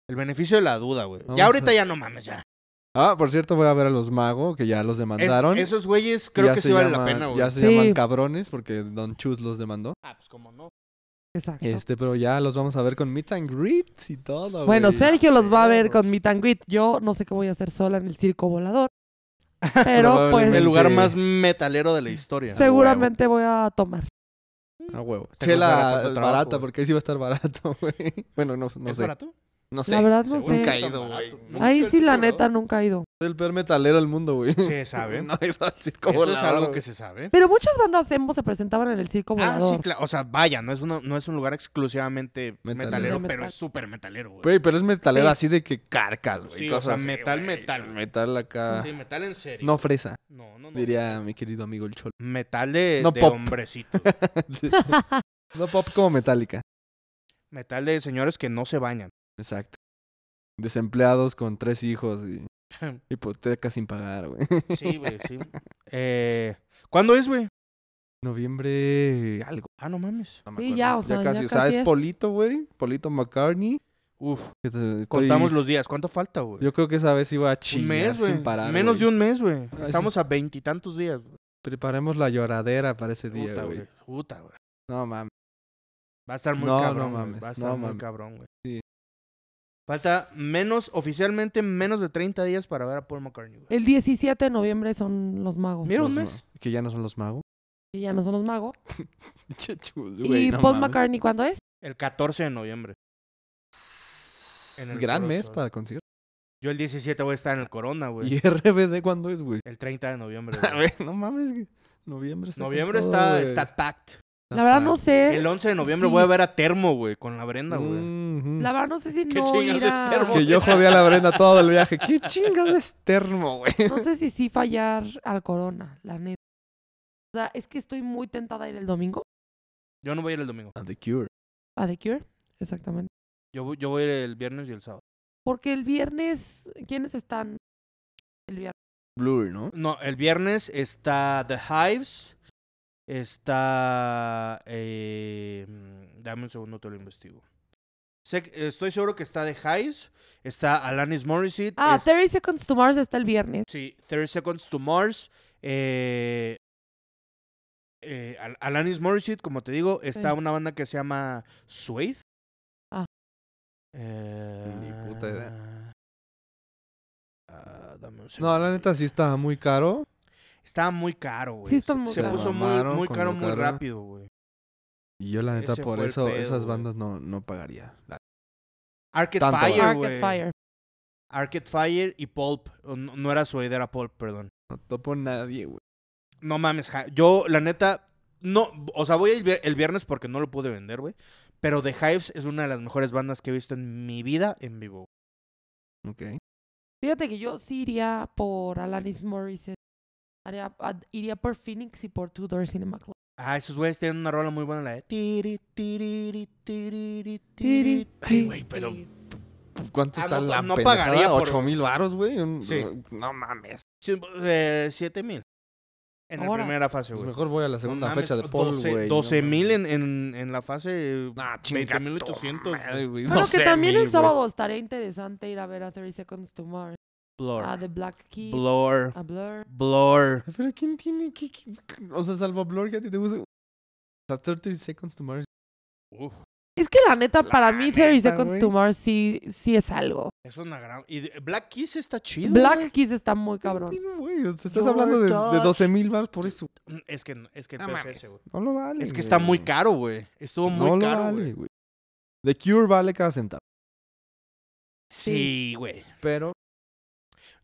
S1: el beneficio de la duda, güey.
S2: Vamos
S1: Ya ahorita
S2: a-
S1: ya no mames, ya.
S2: Ah, por cierto, voy a ver a los Mago, que ya los
S1: Es-
S2: demandaron.
S1: esos güeyes
S2: Ya
S1: creo que
S2: se
S1: sí vale la
S2: llaman-
S1: pena, güey.
S2: Ya se
S3: Sí.
S2: llaman cabrones porque Don Chus los demandó.
S1: Ah, pues como no.
S3: Exacto.
S2: Este, pero ya los vamos a ver con Meet and Greet y todo.
S3: Bueno,
S2: güey.
S3: Sergio los va a ver
S2: Perros.
S3: con Meet and Greet. Yo no sé qué voy a hacer sola en el circo volador. Pero
S2: Probablemente.
S1: El
S3: pues
S1: lugar más metalero de la historia.
S3: seguramente voy a tomar.
S2: A huevo.
S1: Te costará
S2: Chela
S1: tanto el trabajo,
S2: barata,
S1: güey.
S2: porque ahí sí va a estar barato, güey. Bueno, no, no
S1: ¿Es
S2: sé.
S1: barato?
S2: No sé.
S3: La verdad no
S1: Seguro
S3: sé.
S1: nunca he ido, güey.
S4: Barato.
S1: Nunca he
S3: Ahí
S1: ido al
S3: sí, la
S1: circo,
S3: neta,
S1: ¿verdad?
S3: nunca he ido.
S2: Soy el peor metalero del mundo, güey.
S1: Se sabe.
S2: No he ido al circo
S1: Eso es
S2: volador,
S1: algo
S2: güey.
S1: que se sabe.
S3: Pero muchas bandas emo se presentaban en el circo
S1: Ah, sí,
S3: volador.
S1: claro. O sea, vaya, no es, uno- no es un lugar exclusivamente
S2: Metalero.
S1: metalero, Pues,
S3: De
S1: pero
S3: metal.
S1: es súper metalero, güey.
S2: Güey, pero es metalero
S3: Sí.
S2: así de que carcas, güey.
S1: Sí, o
S2: cosas
S1: sea,
S2: así,
S1: metal,
S2: güey.
S1: metal, güey.
S2: Metal acá.
S1: Sí, metal en serio.
S2: No fresa,
S1: Ah. no, no, no.
S2: diría mi querido amigo el Cholo.
S1: Metal de,
S2: No
S1: de
S2: pop.
S1: hombrecito.
S2: no pop como metálica.
S1: metal de señores que no se bañan.
S2: Exacto. Desempleados con tres hijos y hipoteca sin pagar, güey.
S1: Sí, güey, sí. Eh, ¿Cuándo es, güey?
S2: Noviembre algo.
S1: Ah, no mames.
S2: no me
S3: Sí,
S2: acuerdo.
S3: ya, o sea, ya
S2: casi. O sea,
S3: casi
S2: es
S3: es.
S2: Polito, güey. Polito McCartney.
S1: Uf,
S2: Entonces, estoy-
S1: contamos los días. ¿Cuánto falta, güey?
S2: Yo creo que esa vez iba a
S1: Un
S2: chingar
S1: mes,
S2: sin
S1: güey.
S2: parar.
S1: Menos de un mes, güey.
S2: sí.
S1: Estamos a veintitantos días, güey.
S2: Preparemos la lloradera para ese día,
S1: Puta,
S2: güey.
S1: güey. Puta, güey.
S2: No mames.
S1: Va a estar muy
S2: No, no
S1: cabrón, güey.
S2: mames,
S1: Va a estar
S2: no
S1: muy
S2: mames.
S1: cabrón, güey.
S2: Sí.
S1: Falta menos, oficialmente menos de 30 días para ver a Paul McCartney, güey.
S3: El 17 de noviembre son los magos.
S1: Mira, un
S2: Los
S1: mes.
S2: ma- Que ya no son los magos.
S3: Y ya no son los magos.
S2: Che, chus,
S3: ¿Y
S2: güey, no
S3: Paul
S2: mames.
S3: McCartney cuándo es?
S1: El 14 de noviembre. En el
S2: Gran
S1: Foro
S2: mes
S1: Sol.
S2: para concierto.
S1: Yo el 17 voy a estar en el Corona, güey.
S2: Ah, ¿Y RBD cuándo es, güey?
S1: El 30 de noviembre,
S2: A
S1: güey.
S2: ver, no mames. güey. Noviembre está. con
S1: Noviembre
S2: todo,
S1: está,
S2: güey.
S1: está packed.
S3: La verdad
S2: pa-
S3: no sé.
S1: El 11 de noviembre
S3: Eh, Sí.
S1: voy a ver a Termo, güey, con la Brenda, güey.
S2: Mhm.
S3: La verdad no sé si
S1: ¿Qué
S3: no
S1: chingas este
S3: ir
S1: es
S3: a-
S1: termo?
S2: Que yo jodí a la Brenda todo el viaje. ¿Qué chingas es termo, güey?
S3: No sé si sí fallar al corona, la neta. O sea, es que estoy muy tentada a ir el domingo
S1: Yo no voy a ir el domingo.
S2: The Cure.
S3: a The Cure. Exactamente.
S1: Yo, voy- yo voy a ir el viernes y el sábado.
S3: Porque el viernes, ¿quiénes están el viernes?
S2: Blur, ¿no?
S1: No, el viernes está The Hives. Está. eh, mm, dame un segundo, te lo investigo. Sé que- estoy seguro que está The Hives. Está Alanis Morissette.
S3: Ah,
S1: es-
S3: 30 Seconds to Mars está el viernes.
S1: Sí, 30 Seconds to Mars. eh, eh, Al- Alanis Morissette, como te digo, está
S3: Sí.
S1: una banda que se llama Suede.
S3: Ah.
S1: Eh,
S2: puta idea.
S1: ah, dame un segundo.
S2: No, la neta sí estaba muy caro.
S1: Estaba muy caro, güey.
S3: Sí, está
S1: Se-
S3: muy
S1: Se
S3: caro.
S1: puso muy,
S2: Mamaron
S1: muy
S2: con
S1: caro
S2: lo
S1: muy
S2: caro.
S1: rápido, güey.
S2: Y yo, la neta,
S1: Ese
S2: por
S1: fue el
S2: eso
S1: pedo,
S2: esas
S1: güey.
S2: bandas no, no pagaría. La-
S1: Arcade
S2: Tanto, güey.
S1: Fire,
S3: Arcade
S1: güey.
S3: Fire.
S1: Arcade Fire y Pulp. O No, no era Suede, era Pulp, perdón.
S2: No topo nadie, güey.
S1: No mames, ja- yo la neta no, o sea, voy el vier- el viernes porque no lo pude vender, güey, pero The Hives es una de las mejores bandas que he visto en mi vida en vivo.
S2: Ok.
S3: Fíjate que yo sí iría por Alanis Morissette. Haría- a- iría por Phoenix y por Two Doors Cinema Club.
S1: Ah, esos güeyes tienen una rola muy buena la de tiri tiriri tiriri
S3: Tiri,
S1: tiri.
S3: tiri,
S1: Ay, güey, pero
S3: tiri.
S2: ¿Cuánto
S1: Ah,
S2: está
S1: no-
S2: la
S1: no
S2: pendejada?
S1: pagaría por-
S2: ¿Ocho mil varos, güey? Un-
S1: Sí.
S2: No mames.
S1: sí, eh, 7000 en la
S3: Ahora.
S1: primera fase,
S2: Pues
S1: güey.
S2: mejor voy a la
S1: No
S2: segunda
S1: mames, pues
S2: fecha de Paul,
S1: 12
S2: güey.
S1: 12000 en, en en la fase
S2: Ah, chinga
S1: 20800.
S2: tu madre, güey.
S3: Bueno, que también
S2: 12,000,
S3: el
S2: güey.
S3: sábado estaría interesante ir a ver a 30 Seconds to Mars.
S1: Blur.
S3: a The Black Keys,
S1: Blur.
S3: a Blur.
S1: Blur.
S2: Pero ¿quién tiene que.? que- O sea, salvo Blur, que a ti te gusta. A 30 Seconds to Mars.
S3: Es que la neta, para mí, 30
S2: neta,
S3: Seconds
S2: güey.
S3: to Mars sí, sí es algo.
S1: Es una gran. Y de- Black Kiss está chido.
S3: Black Keys está muy cabrón.
S2: Güey, o sea, estás
S1: Your
S2: hablando de, de
S1: touch.
S2: 12 mil bars por eso.
S1: Mm, Es que es que
S4: No
S1: el peor es
S4: mames.
S1: ese, güey.
S2: No lo vale.
S1: Es que está muy
S2: güey.
S1: caro, güey. Estuvo muy
S2: no
S1: caro,
S2: lo
S1: güey.
S2: vale, güey. The Cure vale cada centavo.
S1: Sí, güey.
S2: Pero.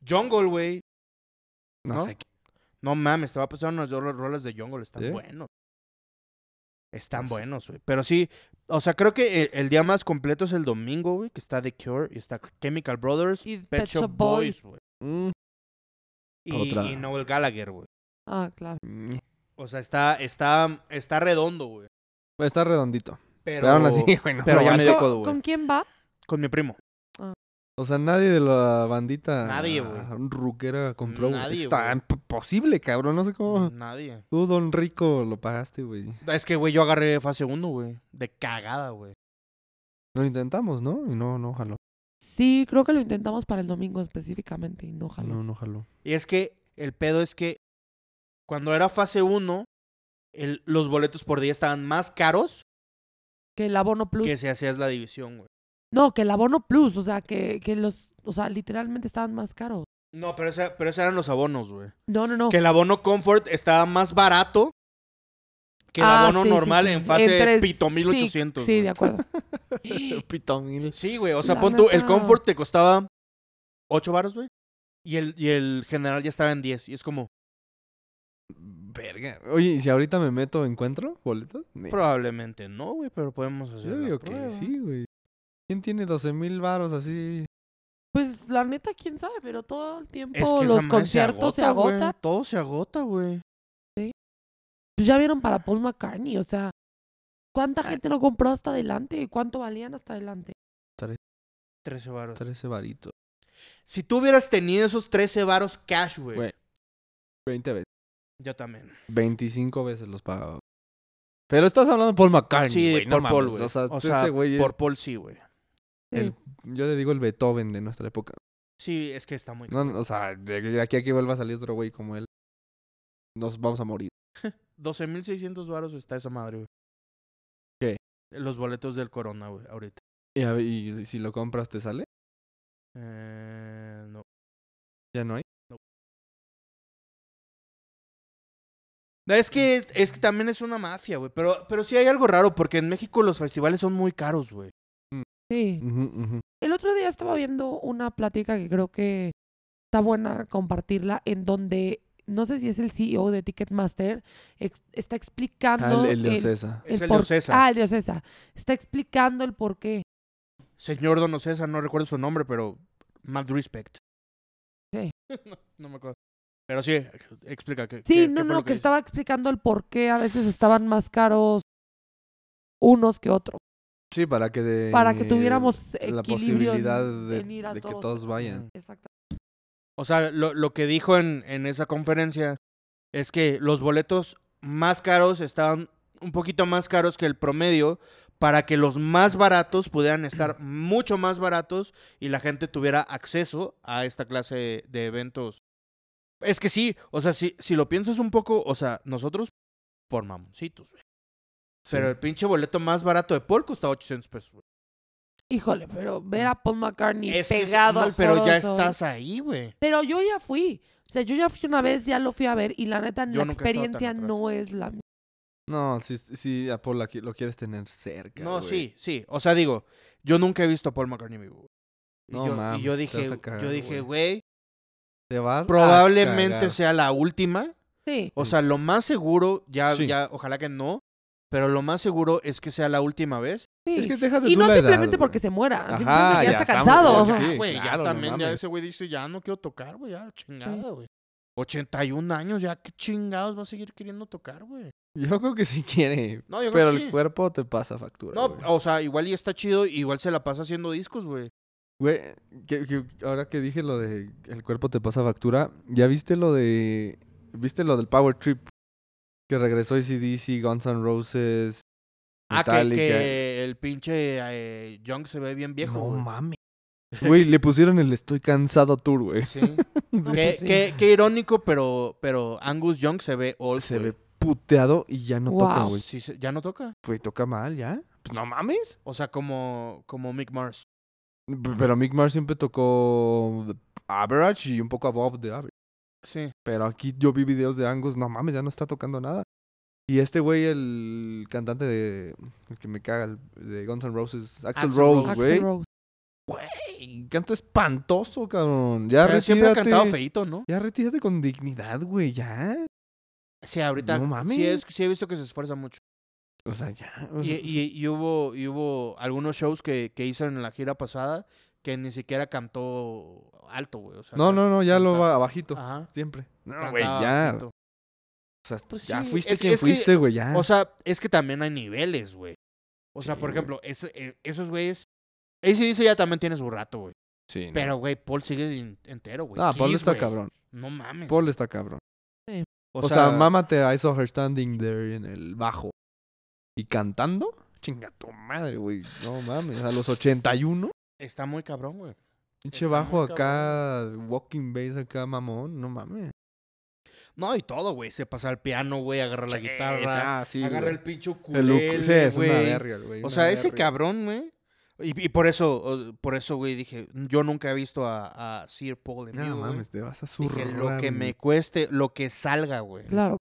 S1: Jungle, güey.
S2: No.
S1: No sé qué- No mames, te va a pasar unas ro- rolas de Jungle, están
S2: ¿Sí? Pues
S1: buenos. Están
S2: No sé.
S1: buenos, güey. Pero sí, o sea, creo que el, el día más completo es el domingo, güey, que está The Cure y está Chemical Brothers,
S3: Y
S1: Pet Shop Boys, güey.
S2: Mm,
S1: Y,
S2: Otra.
S1: y Noel Gallagher, güey.
S3: Ah, claro.
S2: mm.
S1: O sea, está, está, está redondo, güey.
S2: Está redondito.
S1: Pero,
S2: Pero, aún así, güey, no
S1: pero
S2: lo
S1: ya
S2: vale.
S1: me dio
S3: ¿Con-
S1: codo, güey.
S3: ¿Con quién va?
S1: Con mi primo.
S2: O sea, nadie de la bandita.
S1: Nadie, güey.
S2: Ruquera compró. güey.
S1: Nadie,
S2: Está
S1: güey. Mm.
S2: imposible, cabrón. No sé
S3: Oh.
S2: cómo.
S1: Nadie.
S2: Tú, don Rico, lo pagaste, güey.
S1: Es que, güey, yo agarré fase 1, güey. De cagada, güey.
S2: Lo intentamos, ¿no? Y no, no jaló.
S3: Sí, creo que lo intentamos para el domingo específicamente y no jaló.
S2: No, no jaló.
S1: Y es que el pedo es que cuando era fase 1, el- los boletos por día estaban más caros
S3: Que el abono plus.
S1: que si hacías la división, güey.
S3: No, que el abono plus, o sea, que, que los, o sea, literalmente estaban más caros.
S1: No, pero, esa- pero esos eran los abonos, güey.
S3: No, no, no.
S1: Que el abono Comfort estaba más barato que el
S3: Ah,
S1: abono
S3: sí, sí,
S1: normal
S3: sí.
S1: en fase
S3: Entre-
S1: pito
S3: sí,
S1: 1800.
S3: Sí,
S1: güey.
S3: de acuerdo.
S2: Pitomil.
S1: Sí, güey. O sea,
S3: La
S1: pon tú, el
S3: neta.
S1: Comfort te costaba 8 baros, güey. Y el, y el general ya estaba en 10. Y es como,
S2: Verga. Oye, ¿y si ahorita me meto, encuentro boletos? Ni-
S1: probablemente no, güey, pero podemos hacer
S2: Yo
S1: la
S2: digo
S1: prueba.
S2: que sí, güey. ¿Quién tiene 12 mil varos así?
S3: Pues la neta, quién sabe, pero todo el tiempo
S1: Es que esa
S3: los
S1: madre
S3: conciertos se
S1: güey.
S3: agotan.
S1: Todo se agota, güey.
S3: Pues ya vieron para Paul McCartney, o sea, ¿cuánta
S1: Ah.
S3: gente lo compró hasta adelante? ¿Cuánto valían hasta adelante?
S1: 13 varos.
S2: 13 varitos.
S1: Si tú hubieras tenido esos 13 varos cash, güey.
S2: Güey. 20 veces.
S1: Yo también.
S2: 25 veces los pagaba. Pero estás hablando de Paul McCartney,
S1: sí,
S2: güey, no
S1: por Paul,
S2: mames.
S1: güey.
S2: O sea, tú ese güey es
S1: por Paul sí, güey.
S2: el- yo le digo el Beethoven de nuestra época.
S1: Sí, es que está muy...
S2: No, no, o sea, de de aquí a que vuelva a salir otro güey como él, nos vamos a morir.
S1: 12.600 varos está esa madre, güey.
S2: ¿Qué?
S1: Los boletos del Corona, güey, ahorita.
S2: Y, a ver, y si lo compras, ¿te sale?
S1: Eh, no.
S2: Ya no hay.
S1: Es que, es que también es una mafia, güey. Pero, pero sí hay algo raro, porque en México los festivales son muy caros, güey.
S3: Sí. El otro día estaba viendo una plática que creo que está buena compartirla, en donde no sé si es el CEO de Ticketmaster, ex- está
S2: Ah,
S3: explicando.
S2: el, el de
S3: el-
S2: Ocesa.
S1: Es el E de
S3: por-
S1: Ocesa.
S3: Ah, el de Ocesa. Está explicando el por qué.
S1: Señor Don Ocesa, no recuerdo su nombre, pero mad respect.
S3: Sí.
S1: no, no me acuerdo. Pero sí, explica que.
S3: Sí, no, no, que, estaba explicando el por qué a veces estaban más caros unos que otros.
S2: Sí, para que de-
S3: para que tuviéramos
S2: Eh, la
S3: equilibrio en-
S2: posibilidad de,
S3: en ir a
S2: de que
S3: todos.
S2: todos vayan.
S3: Exacto.
S1: O sea, lo, lo que dijo en, en esa conferencia es que los boletos más caros estaban un poquito más caros que el promedio para que los más baratos pudieran estar mucho más baratos y la gente tuviera acceso a esta clase de eventos. Es que sí, o sea, si, si lo piensas un poco, o sea, nosotros por mamoncitos, güey. Pero el pinche boleto más barato de Paul costaba 800 pesos, güey.
S3: Híjole, pero ver a Paul McCartney
S1: Es que-
S3: pegado
S1: no,
S3: al
S1: Pero
S3: Foro
S1: ya
S3: Sol.
S1: estás ahí, güey.
S3: Pero yo ya fui. O sea, yo ya fui una vez, ya lo fui a ver y la neta,
S1: Yo
S3: la
S1: nunca he estado tan
S3: experiencia
S1: atrás.
S3: no es la misma.
S2: No, sí, sí, a Paul aquí lo quieres tener cerca.
S1: No,
S2: güey.
S1: sí, sí. O sea, digo, yo nunca he visto a Paul McCartney vivo. güey. Y,
S2: No
S1: yo, y
S2: mames,
S1: yo
S2: te vas
S1: dije,
S2: a cagar,
S1: yo dije,
S2: güey. Ah,
S1: güey,
S2: Te vas a
S1: probablemente
S2: cagar.
S1: sea la última.
S3: Sí.
S1: O
S2: Sí.
S1: sea, lo más seguro, ya,
S2: Sí.
S1: ya, ojalá que no, pero lo más seguro es que sea la última vez.
S3: sí.
S2: Es que déjate
S3: y
S2: tú
S3: no
S2: la edad,
S3: simplemente
S2: güey.
S3: porque se muera,
S2: Ajá,
S3: simplemente Ah, ya,
S2: ya
S3: está
S2: estamos-
S3: cansado.
S2: Sí,
S1: Ah, güey,
S2: claro,
S1: ya
S2: no
S1: también, ya
S2: mames.
S1: ese güey dice, ya no quiero tocar, güey, ya, la chingada, güey. 81 años, ya, qué chingados va a seguir queriendo tocar, güey.
S2: Yo creo que sí quiere.
S1: No, yo creo
S2: Pero
S1: que
S2: el
S1: sí.
S2: cuerpo te pasa factura.
S1: No,
S2: güey.
S1: o sea, igual y está chido, igual se la pasa haciendo discos, güey.
S2: Güey, que- que- ahora que dije lo de el cuerpo te pasa factura, ¿ya viste lo de. ¿Viste lo del Power Trip? Que regresó ACDC, Guns N' Roses,
S1: Ah, que,
S2: Metallica.
S1: que el pinche eh, Young se ve bien viejo.
S2: no
S1: güey.
S2: mames. Güey, le pusieron el Estoy cansado tour, güey.
S1: Sí. qué,
S3: sí.
S1: qué- qué irónico, pero, pero Angus Young se ve old.
S2: Se
S1: Pues, güey.
S2: ve puteado y ya no toca,
S3: Wow.
S2: güey.
S1: Sí, se- ya no toca.
S2: Güey, toca mal, ¿ya? Pues no mames.
S1: O sea, como, como Mick Mars.
S2: P- Pero Mick Mars siempre tocó average y un poco above the average.
S1: Sí.
S2: Pero aquí yo vi videos de Angus, no mames, ya no está tocando nada. Y este güey, el cantante de. El que me caga, el- de Guns N' Roses, Axel,
S1: Axl
S2: Rose,
S1: Rose.
S2: güey.
S3: Axl Rose.
S2: Güey, Canta espantoso, cabrón. Ya
S1: Pero siempre ha cantado
S2: retírate.
S1: feito, ¿no?
S2: Ya retírate con dignidad, güey, ya.
S1: Sí, ahorita. Sí,
S2: No
S1: es,
S2: mames.
S1: sí he visto que se esfuerza mucho.
S2: O sea, ya.
S1: Y, y- y hubo, y hubo algunos shows que, que hizo en la gira pasada que ni siquiera cantó alto, güey. o sea,
S2: no,
S1: can-
S2: no, no, ya lo
S1: cantaba-
S2: va abajito.
S1: Ajá.
S2: Siempre. Ah. No, güey,
S1: cantaba
S2: ya.
S1: bajito.
S2: O sea,
S1: Pues
S2: ya
S1: sí,
S2: fuiste
S1: es-
S2: quien
S1: es que-
S2: fuiste, güey, ya.
S1: O sea, es que también hay niveles, güey. O sea,
S2: Ah. Sí,
S1: por
S2: güey.
S1: ejemplo, ese- eh, esos güeyes. dice ya también tiene su rato, güey.
S2: Sí, no.
S1: Pero, güey, Paul sigue en- entero, güey.
S2: Ah, Paul
S1: Kiss,
S2: está
S1: güey.
S2: cabrón.
S1: No mames.
S2: Paul está cabrón.
S1: o,
S2: O, sea, mámate I saw her standing there en el bajo. ¿Y cantando? Chinga tu madre, güey. No mames, a los 81.
S1: Está muy cabrón, güey.
S2: Pinche
S1: Está
S2: bajo
S1: muy
S2: acá, walking bass acá, mamón. No mames.
S1: No, y todo, güey. Se pasa al piano, güey. Agarra la guitarra.
S2: Ah, sí,
S1: agarra
S2: güey.
S1: el pinche
S2: El ucu-
S1: ukulele,
S2: Sí, es una
S1: güey.
S2: verga, güey.
S1: O
S2: una
S1: sea, ese
S2: verga.
S1: cabrón, güey. Y, y por eso, o- por eso, güey, dije, yo nunca he visto a, a Sir Paul en
S2: No
S1: vivo, güey.
S2: mames, te vas a
S1: Dije,
S2: zurrar.
S1: lo que
S2: güey.
S1: me cueste, lo que salga, güey.
S3: Claro.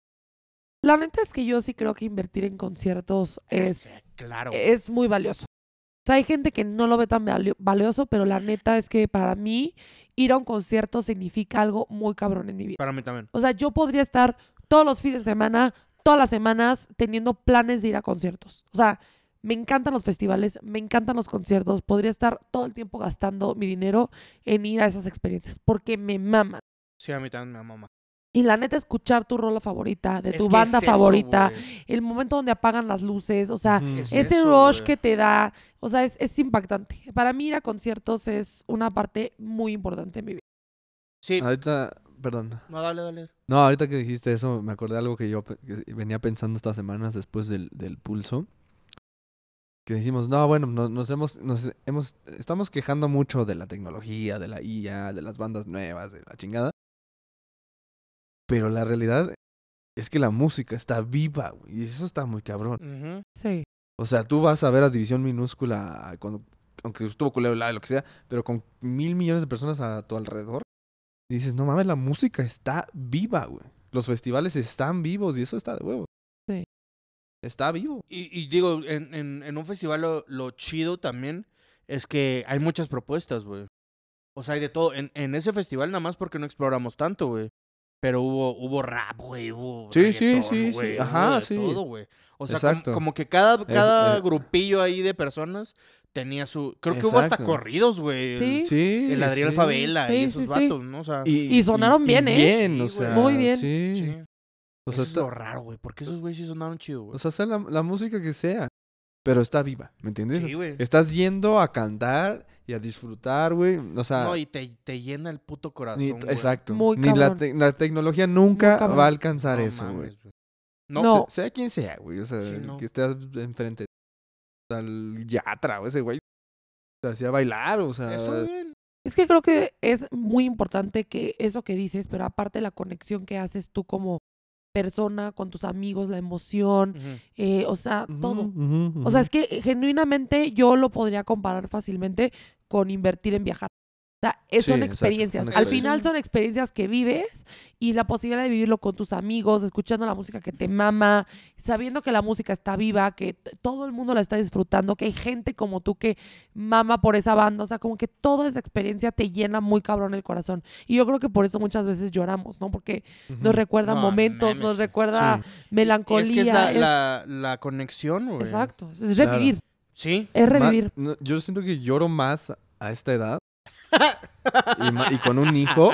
S3: La neta es que yo sí creo que invertir en conciertos es,
S1: Dije, "Ah, Claro.
S2: Eh,
S1: güey.
S3: es muy valioso. O sea, hay gente que no lo ve tan valio- valioso, pero la neta es que para mí ir a un concierto significa algo muy cabrón en mi vida.
S1: Para mí también.
S3: O sea, yo podría estar todos los fines de semana, todas las semanas, teniendo planes de ir a conciertos. O sea, me encantan los festivales, me encantan los conciertos. Podría estar todo el tiempo gastando mi dinero en ir a esas experiencias porque me maman.
S1: Sí, a mí también me mama.
S3: Y la neta, escuchar tu rola favorita, de
S1: Es
S3: tu
S1: que
S3: banda
S1: es eso,
S3: favorita,
S1: güey.
S3: el momento donde apagan las luces, o sea,
S2: Ujú.
S1: es-
S3: ese
S1: eso,
S3: rush
S1: güey.
S3: que te da, o sea, es, es impactante. Para mí ir a conciertos es una parte muy importante en mi vida.
S1: Sí.
S2: Ahorita, perdón.
S1: No, dale, dale.
S2: No, ahorita que dijiste eso, me acordé de algo que yo pe- que venía pensando estas semanas después del, del pulso. Que decimos, no, bueno, no- nos hemos, nos hemos, estamos quejando mucho de la tecnología, de la IA, de las bandas nuevas, de la chingada. Pero la realidad es que la música está viva, güey, y eso está muy cabrón.
S1: Ujú.
S3: Sí.
S2: O sea, tú vas a ver a División Minúscula, con- aunque estuvo culero la lo que sea, pero con mil millones de personas a tu alrededor. Y dices, no mames, la música está viva, güey. Los festivales están vivos y eso está de huevo.
S3: Sí.
S2: Está vivo.
S1: Y, y digo, en, en, en un festival lo, lo chido también es que hay muchas propuestas, güey. O sea, hay de todo. En, en ese festival nada más porque no exploramos tanto, güey. Pero hubo, hubo rap, güey, hubo
S2: Sí, sí,
S1: reggaetón,
S2: sí, sí.
S1: güey, hubo
S2: Ajá,
S1: de
S2: sí.
S1: todo, güey. O sea, com-
S2: Exacto.
S1: como, que cada, cada
S2: eh.
S1: grupillo ahí de personas tenía su... Creo que hubo hasta
S2: Exacto.
S1: corridos, güey. el-
S3: Sí.
S2: Sí.
S1: El, Adriel
S2: sí.
S1: Favela y
S3: Sí,
S1: esos
S3: sí, sí.
S1: vatos, ¿no? O sea,
S2: Y,
S3: Y sonaron bien, ¿eh?
S2: Bien, o
S1: Sí,
S2: sea.
S1: güey.
S3: Muy bien.
S2: Sí.
S1: sí.
S2: O
S1: Eso
S2: sea,
S1: es lo
S2: está,
S1: raro, güey. Porque esos güeyes sí sonaron chido, güey.
S2: o sea, sea la, la música que sea, pero está viva, ¿me entiendes?
S1: sí, güey.
S2: Estás yendo a cantar y a disfrutar, güey. O sea,
S1: No, y te, te llena el puto corazón,
S2: Ni-
S1: güey.
S2: exacto.
S3: Muy
S2: Ni la,
S3: cabrón.
S2: tec- la tecnología nunca
S3: cabrón.
S2: va a alcanzar
S1: No
S2: eso, güey.
S1: mames, No,
S3: No.
S2: Se- Sea quien sea, güey. O sea,
S1: Sí, no.
S2: que estés enfrente al yatra o ese güey. Te hacía bailar, o sea.
S1: Estuvo bien.
S3: Es que creo que es muy importante que eso que dices, pero aparte la conexión que haces tú como persona, con tus amigos, la emoción, eh, o sea,
S2: Ujú,
S3: todo.
S2: ujú,
S3: O
S2: ujú.
S3: sea, es que eh, genuinamente yo lo podría comparar fácilmente con invertir en viajar. O sea, es-
S2: Sí,
S3: son
S2: exacto,
S3: experiencias.
S2: una
S3: Al
S2: experiencia.
S3: final son experiencias que vives y la posibilidad de vivirlo con tus amigos, escuchando la música que te mama, sabiendo que la música está viva, que t- todo el mundo la está disfrutando, que hay gente como tú que mama por esa banda. O sea, como que toda esa experiencia te llena muy cabrón el corazón. Y yo creo que por eso muchas veces lloramos, ¿no? Porque nos recuerda
S1: No,
S3: momentos,
S1: mames.
S3: nos
S2: Sí.
S3: recuerda melancolía.
S1: Es que es la,
S3: es-
S1: la, la conexión, güey.
S3: Exacto, es
S2: Claro.
S3: revivir,
S1: Sí.
S3: es
S2: Ma-
S3: revivir.
S2: no, yo siento que lloro más a esta edad. y, ma- y con un hijo.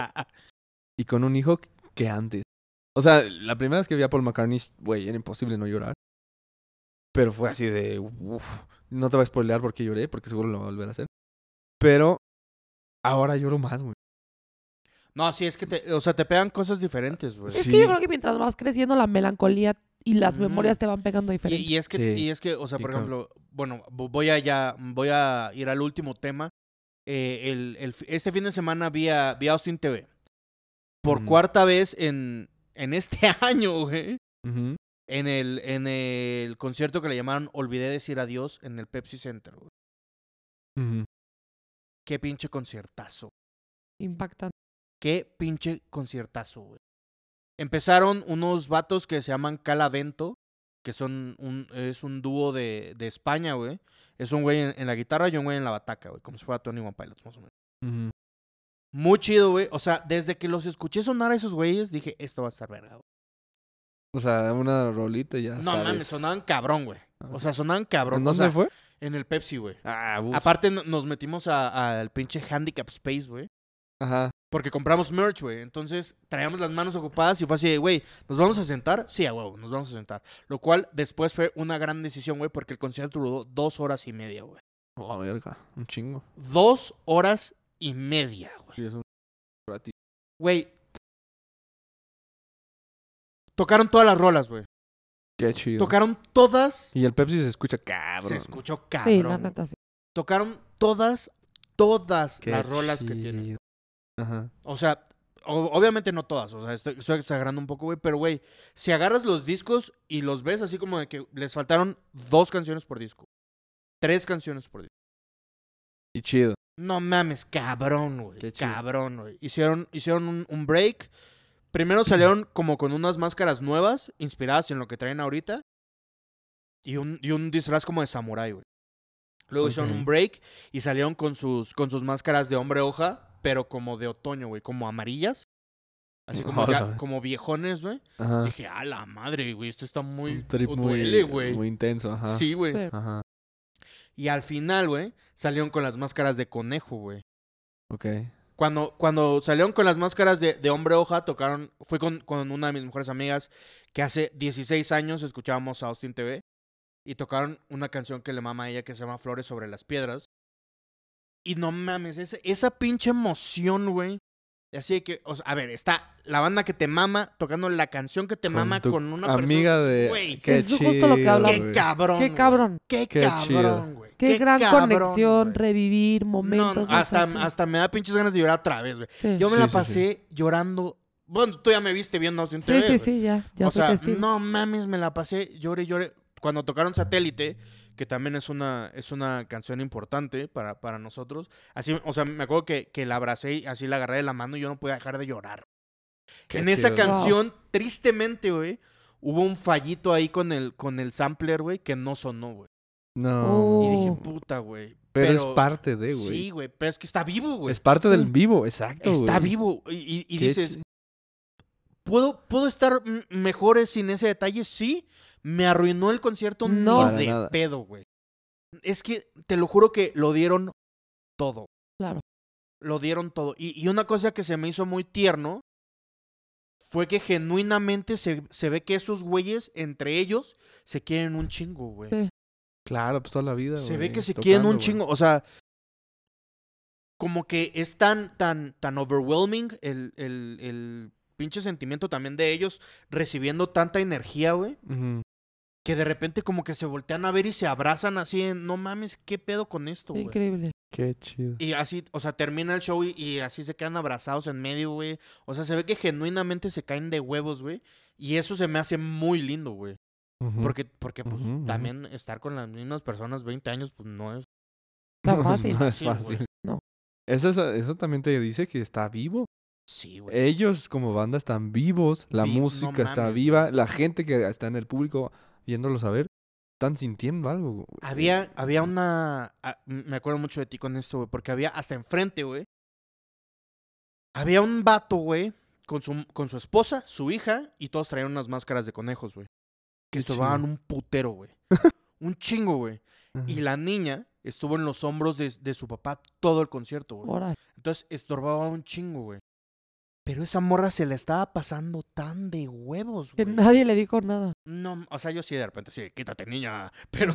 S2: Y con un hijo que antes. O sea, la primera vez que vi a Paul McCartney, güey, era imposible no llorar. Pero fue así de. uf. no te voy a spoilear porque lloré, porque seguro lo va a volver a hacer. Pero ahora lloro más, güey.
S1: No, sí, es que te, o sea, te pegan cosas diferentes, güey.
S3: Es
S2: Sí.
S3: que yo creo que mientras vas creciendo, la melancolía y las
S1: Ujú.
S3: memorias te van pegando
S1: Y,
S3: diferente.
S1: y es que,
S2: Sí.
S1: y es que, o sea,
S2: Sí,
S1: por
S2: claro.
S1: ejemplo, bueno, vo- voy a ya, voy a ir al último tema, eh, el- el fi- este fin de semana vi a, vi a Austin TV. Por
S2: Ujú.
S1: cuarta vez en, en este año, güey.
S2: Ujú.
S1: En el, en el concierto que le llamaron Olvidé decir adiós en el Pepsi Center. güey.
S2: Ujú.
S1: Qué pinche conciertazo.
S3: Impactante.
S1: Qué pinche conciertazo, güey. Empezaron unos vatos que se llaman Calavento, que son un, es un dúo de, de España, güey. Es un güey en, en la guitarra y un güey en la bataca, güey. Como si fuera Tony One Pilots, más o menos.
S2: Ujú.
S1: Muy chido, güey. O sea, desde que los escuché sonar a esos güeyes, dije, esto va a estar verga, güey.
S2: O sea, una rolita y ya.
S1: No
S2: sabes.
S1: mames, sonaban cabrón, güey. O
S2: Ok.
S1: sea, sonaban cabrón.
S2: ¿En
S1: o
S2: dónde
S1: sea,
S2: fue?
S1: En el Pepsi, güey.
S2: Ah, bus.
S1: Aparte no- nos metimos a- al pinche Handicap Space, güey.
S2: Ajá.
S1: Porque compramos merch, güey. Entonces traíamos las manos ocupadas y fue así, de, güey, ¿nos vamos a sentar? Sí, a huevo, nos vamos a sentar. Lo cual después fue una gran decisión, güey, porque el concierto duró dos horas y media, güey.
S2: Oh, verga. Un chingo.
S1: Dos horas y media, güey.
S2: Sí, es un ratito.
S1: Güey. Tocaron todas las rolas, güey.
S2: Qué chido.
S1: Tocaron todas.
S2: Y el Pepsi se escucha cabrón.
S1: Se escuchó cabrón.
S3: Sí, la
S1: güey.
S3: natación.
S1: Tocaron todas, todas
S2: Qué
S1: las rolas que tienen.
S2: chido. Ajá.
S1: O sea, o- obviamente no todas, o sea, estoy, estoy exagerando un poco, güey, pero güey, si agarras los discos y los ves así como de que les faltaron dos canciones por disco, tres canciones por disco.
S2: Y chido.
S1: No mames, cabrón, güey,
S2: Qué chido.
S1: cabrón, güey. Hicieron, hicieron un, un break. Primero salieron como con unas máscaras nuevas, inspiradas en lo que traen ahorita. Y un, y un disfraz como de samurái, güey. Luego hicieron
S2: Ok.
S1: un break y salieron con sus, con sus máscaras de hombre hoja, pero como de otoño, güey, como amarillas. Así como, ya-
S2: Hola.
S1: como viejones, güey.
S2: Ajá.
S1: Dije, a la madre, güey, esto está muy...
S2: Ah. un trip
S1: o
S2: muy,
S1: duele, güey.
S2: muy intenso. Ajá.
S1: Sí, güey.
S3: Sí.
S2: Ajá.
S1: Y al final, güey, salieron con las máscaras de conejo, güey.
S2: Ok.
S1: Cuando, cuando salieron con las máscaras de, de hombre hoja, tocaron. Fui con, con una de mis mejores amigas que hace 16 años escuchábamos a Austin TV. Y tocaron una canción que le mama a ella que se llama Flores sobre las piedras. Y no mames, ese- esa pinche emoción, güey. Así de que, o sea, a ver, está la banda que te mama tocando la canción que te mama
S2: tu
S1: con una
S2: Amiga de.
S1: Güey,
S2: Qué
S3: Es justo lo que
S2: chido,
S1: persona.
S3: hablaba.
S2: güey.
S1: Qué cabrón.
S3: Qué
S1: güey.
S3: cabrón.
S1: Qué,
S2: Qué
S1: cabrón,
S2: chido.
S1: güey.
S3: Qué, gran
S1: cabrón,
S3: conexión,
S1: güey.
S3: revivir
S1: No, no,
S3: momentos. o sea,
S1: hasta,
S3: sí,
S1: hasta me da pinches ganas de llorar otra vez, güey.
S3: sí.
S1: Yo me
S2: Sí,
S1: la
S2: sí, sí.
S1: pasé llorando. Bueno, tú ya me viste viendo Austin
S3: Sí,
S1: TV.
S3: sí,
S1: güey.
S3: sí, ya, ya
S1: o
S3: fui
S1: sea,
S3: testigo.
S1: no mames, me la pasé lloré, lloré. Cuando tocaron Satélite, que también es una, es una canción importante para, para nosotros. Así, o sea, me acuerdo que, que la abracé y así la agarré de la mano y yo no podía dejar de llorar.
S2: Qué
S1: en esa
S2: chido.
S1: canción, tristemente, güey, hubo un fallito ahí con el, con el sampler, güey, que no sonó, güey.
S2: No.
S1: Y dije,
S3: Oh.
S1: puta, güey.
S2: pero, es parte de, güey.
S1: Sí, güey, pero es que está vivo, güey.
S2: es parte del
S3: Mm.
S2: vivo, exacto, güey.
S1: Está vivo. Y, y- y
S2: Qué
S1: dices,
S2: chi-
S1: ¿Puedo, ¿Puedo estar m- mejores sin ese detalle? Sí. Me arruinó el concierto
S3: No.
S1: ni
S2: Para
S1: de
S2: nada.
S1: pedo, güey. Es que te lo juro que lo dieron todo.
S3: Claro.
S1: Lo dieron todo. Y, y una cosa que se me hizo muy tierno fue que genuinamente se, se ve que esos güeyes, entre ellos, se quieren un chingo, güey.
S3: Sí,
S2: Claro, pues toda la vida,
S1: Se ve
S2: güey,
S1: que se quieren
S2: tocando,
S1: un
S2: güey.
S1: chingo. O sea, como que es tan, tan, tan overwhelming el, el, el pinche sentimiento también de ellos recibiendo tanta energía, güey.
S2: Ujú.
S1: Que de repente como que se voltean a ver y se abrazan así en, no mames, ¿qué pedo con esto, güey?
S3: increíble.
S2: Qué chido.
S1: Y así, o sea, termina el show y, y así se quedan abrazados en medio, güey. O sea, se ve que genuinamente se caen de huevos, güey. Y eso se me hace muy lindo, güey.
S2: Ujú.
S1: Porque, porque pues,
S2: Ujú, ujú.
S1: también estar con las mismas personas 20 años, pues, no es...
S3: Tan fácil.
S2: no es
S1: Sí, güey.
S2: fácil.
S3: No.
S2: Eso, eso, eso también te dice que está vivo.
S1: Sí, güey.
S2: Ellos como banda están vivos, la
S1: Vi- no
S2: música está
S1: mames,
S2: viva, la gente que está en el público viéndolo saber, están sintiendo algo. güey.
S1: Había, había una. ah, m- Me acuerdo mucho de ti con esto, güey, porque había hasta enfrente, güey. Había un vato, güey, con su, con su esposa, su hija, y todos traían unas máscaras de conejos, güey. Que
S2: Qué chido.
S1: estorbaban un putero, güey. un chingo, güey.
S2: Ajá.
S1: Y la niña estuvo en los hombros de, de su papá todo el concierto, güey.
S3: Ahora,
S1: Entonces estorbaba un chingo, güey. Pero esa morra se la estaba pasando tan de huevos,
S3: que
S1: güey.
S3: nadie le dijo nada.
S1: No, o sea, yo sí de repente, sí, quítate, niña. Pero.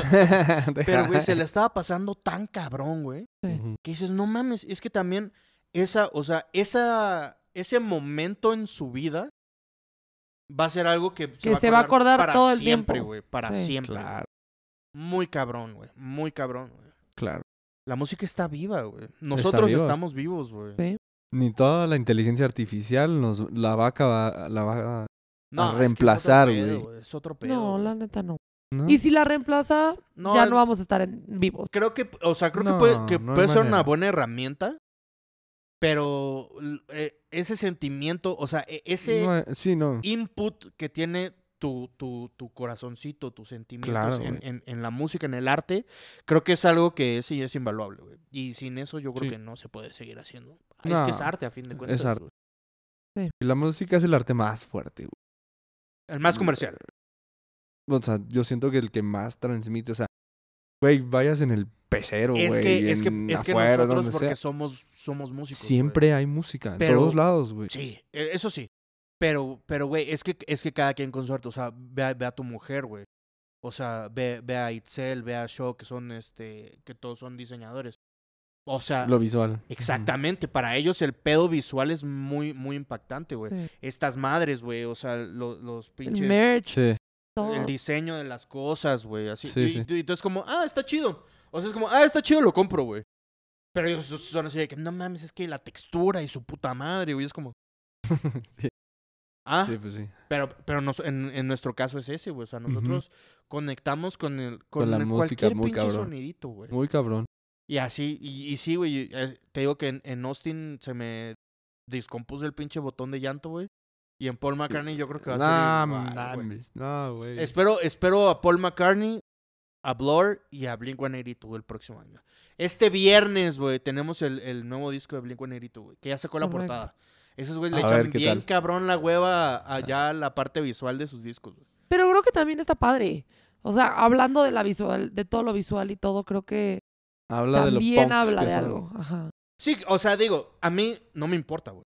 S1: Pero,
S2: Pero,
S1: güey, se la estaba pasando tan cabrón, güey. Que dices, no mames, es que también esa, o sea, esa, ese momento en su vida va a ser algo que se,
S3: Que se va a acordar
S1: para
S3: todo el
S1: siempre,
S3: tiempo.
S1: güey. Para
S3: Sí.
S1: siempre. güey.
S2: Claro,
S1: Muy cabrón, güey. Muy cabrón, güey.
S2: claro.
S1: La música está viva, güey. Nosotros
S2: viva,
S1: estamos vivos, güey.
S3: Sí.
S2: Ni toda la inteligencia artificial nos la va a acabar- la va a-
S1: No, es que es otro
S2: reemplazar,
S1: pedo,
S2: güey.
S1: Es otro pedo.
S3: No,
S1: güey.
S3: la neta no.
S2: ¿no?
S3: Y si la reemplaza,
S1: No,
S3: ya
S1: el-
S3: no vamos a estar en vivo.
S1: Creo que, o sea, creo que puede, que
S2: No, no hay
S1: puede ser una
S2: manera.
S1: buena herramienta, pero l- eh, ese sentimiento, o sea, e- ese
S2: No, eh, sí, no.
S1: input que tiene tu, tu, tu corazoncito, tus sentimientos
S2: Claro,
S1: en,
S2: güey.
S1: en- en la música, en el arte, creo que es algo que sí es invaluable, güey. Y sin eso yo creo
S2: Sí.
S1: que no se puede seguir haciendo. Ah, Es que es
S2: No,
S1: arte, a fin de cuentas.
S2: arte.
S1: güey.
S2: Y La música es el arte más fuerte, güey.
S1: El
S2: Mm,
S1: más comercial.
S2: O sea, yo siento que el que más transmite, o sea, güey, vayas en el pecero,
S1: es
S2: güey,
S1: que, es que,
S2: en
S1: es que
S2: afuera,
S1: nosotros
S2: donde
S1: porque
S2: sea.
S1: somos, somos músicos. güey.
S2: Siempre hay música, en
S1: Pero-
S2: todos lados, güey.
S1: Sí, e- eso sí. Pero, pero, güey, es que, es que cada quien con suerte. O sea, ve a, ve a tu mujer, güey. O sea, ve, ve a Itzel, ve a Shaw, que son, este, que todos son diseñadores. O sea,
S2: Lo visual.
S1: exactamente. Para ellos el pedo visual es muy, muy impactante, güey.
S3: Sí.
S1: Estas madres, güey, o sea, lo- los
S3: El
S1: pinches...
S3: merch,
S2: Sí.
S3: todo.
S1: el diseño de las cosas, güey, así.
S2: Sí,
S1: y,
S2: sí.
S1: y tú- y tú es como, ah, está chido. O sea, es como, ah, está chido, lo compro, güey. Pero ellos son así de que, no mames, es que la textura y su puta madre, güey, es como,
S2: sí.
S1: ah,
S2: sí, pues sí.
S1: Pero, pero nos- en, en nuestro caso es ese, güey. O sea, nosotros conectamos con el con,
S2: Con la
S1: el-
S2: música,
S1: cualquier
S2: muy
S1: pinche
S2: cabrón.
S1: sonidito, güey.
S2: Muy cabrón.
S1: Y así, y, y sí, güey. eh, te digo que en, en Austin se me descompuso el pinche botón de llanto, güey. Y en Paul McCartney yo creo que va a ser igual, güey.
S2: mames, no, güey.
S1: Espero, espero a Paul McCartney, a Blur y a Blink 182 el próximo año. Este viernes, güey, tenemos el, el nuevo disco de Blink 182, güey, que ya sacó la
S3: Correcto.
S1: portada. Esos güey le
S2: A
S1: echan
S2: ver, ¿qué
S1: bien
S2: tal? Ah.
S1: cabrón la hueva a- allá a la parte visual de sus discos, güey.
S3: Pero creo que también está padre. O sea, hablando de la visual, de todo lo visual y todo, creo que
S2: Habla de lo
S3: también
S2: punks
S3: habla
S2: que
S3: de
S2: son.
S3: algo. Ajá.
S1: Sí, o sea, digo, a mí no me importa, güey.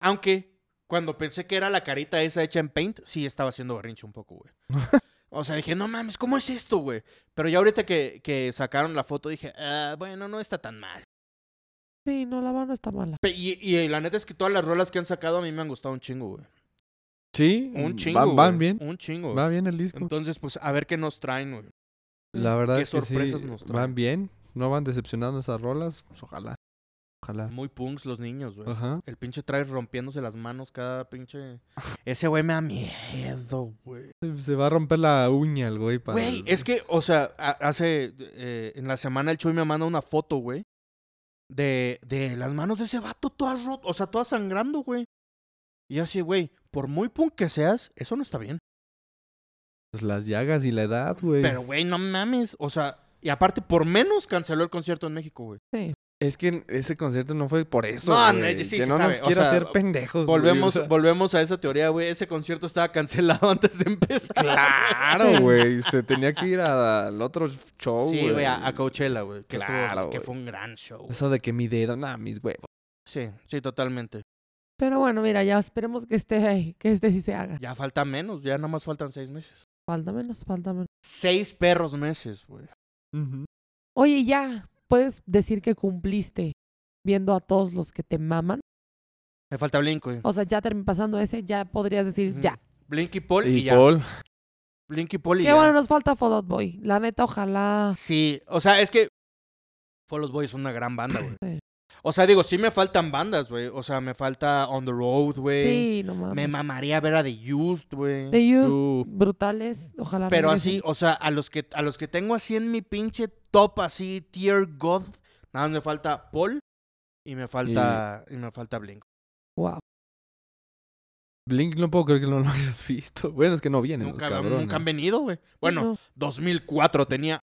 S1: Aunque cuando pensé que era la carita esa hecha en paint, sí estaba haciendo berrinche un poco, güey. O sea, dije, no mames, ¿cómo es esto, güey? Pero ya ahorita que, que sacaron la foto dije, "Ah, bueno, no está tan mal.
S3: Sí, no, la mano está mala.
S1: Pe- Y, y la neta es que todas las rolas que han sacado a mí me han gustado un chingo, güey.
S2: Sí,
S1: Un
S2: mm,
S1: chingo.
S2: Van, van
S1: güey.
S2: bien.
S1: Un chingo. güey.
S2: Va bien el disco.
S1: Entonces, pues, a ver qué nos traen, güey.
S2: La verdad
S1: qué
S2: es que sí,
S1: sorpresas nos traen.
S2: van bien. No van decepcionando esas rolas. Pues, ojalá. Ojalá.
S1: Muy punks los niños, güey.
S2: Ah. Ajá.
S1: El pinche traes rompiéndose las manos cada pinche. Ese güey me da miedo, güey.
S2: Se- Se va a romper la uña el güey. para
S1: Güey,
S2: el-
S1: es que, o sea, a- hace. eh, en la semana el Chuy me manda una foto, güey. De, de las manos de ese vato todas rotas, o sea, todas sangrando, güey. Y yo así, güey, por muy punk que seas, eso no está bien.
S2: pues, las llagas y la edad, güey.
S1: Pero, güey, no mames. O sea, y aparte, por menos canceló el concierto en México, güey.
S2: Es que ese concierto no fue por eso,
S1: No,
S2: güey.
S1: no, sí,
S2: que
S1: sí
S2: no
S1: sabe,
S2: nos
S1: o
S2: quiera
S1: sea,
S2: hacer pendejos, Pues, güey, o
S1: Volvemos,
S2: sea,
S1: volvemos a esa teoría, güey. Ese concierto estaba cancelado antes de empezar.
S2: Claro, güey. Se tenía que ir a- al otro show,
S1: sí, güey, a, a Coachella, güey. Que, estuvo-
S2: Oh, Claro,
S1: que
S2: güey.
S1: fue un gran show. güey.
S2: Eso de que mi dedo, nada, mis huevos.
S1: Sí, sí, totalmente.
S3: Pero bueno, mira, ya esperemos que este, que este sí se haga.
S1: Ya falta menos, ya nada más faltan seis meses.
S3: Falta menos, falta menos.
S1: Seis perros meses, güey.
S3: Oye, ya, ¿puedes decir que cumpliste viendo a todos los que te maman?
S1: Me falta Blink, güey.
S3: O sea, ya termin- pasando ese, ya podrías decir
S1: Ujú.
S3: ya.
S1: Blink y Paul y,
S2: Y
S1: ya.
S2: Paul,
S1: Blink y Paul y
S3: Qué
S1: ya.
S3: bueno, nos falta Fall Out Boy. La neta, ojalá.
S1: Sí, o sea, es que Fall Out Boy es una gran banda, güey.
S3: Sí.
S1: O sea, digo, sí me faltan bandas, güey. O sea, me falta On the Road, güey.
S3: Sí, no
S1: Me
S3: mames.
S1: mamaría ver a The Used, güey.
S3: De ellos,
S2: tú,
S3: brutales, ojalá.
S1: Pero así,
S3: regresen.
S1: o sea, a los que a los que tengo así en mi pinche top así tier god, nada más me falta Paul y me falta y, me falta Blink.
S3: Guau.
S2: Blink, no puedo creer que no lo hayas visto. Bueno, es que no vienen
S1: Nunca,
S2: los cabrones.
S1: nunca han venido, güey. Bueno,
S3: No.
S1: 2004 tenía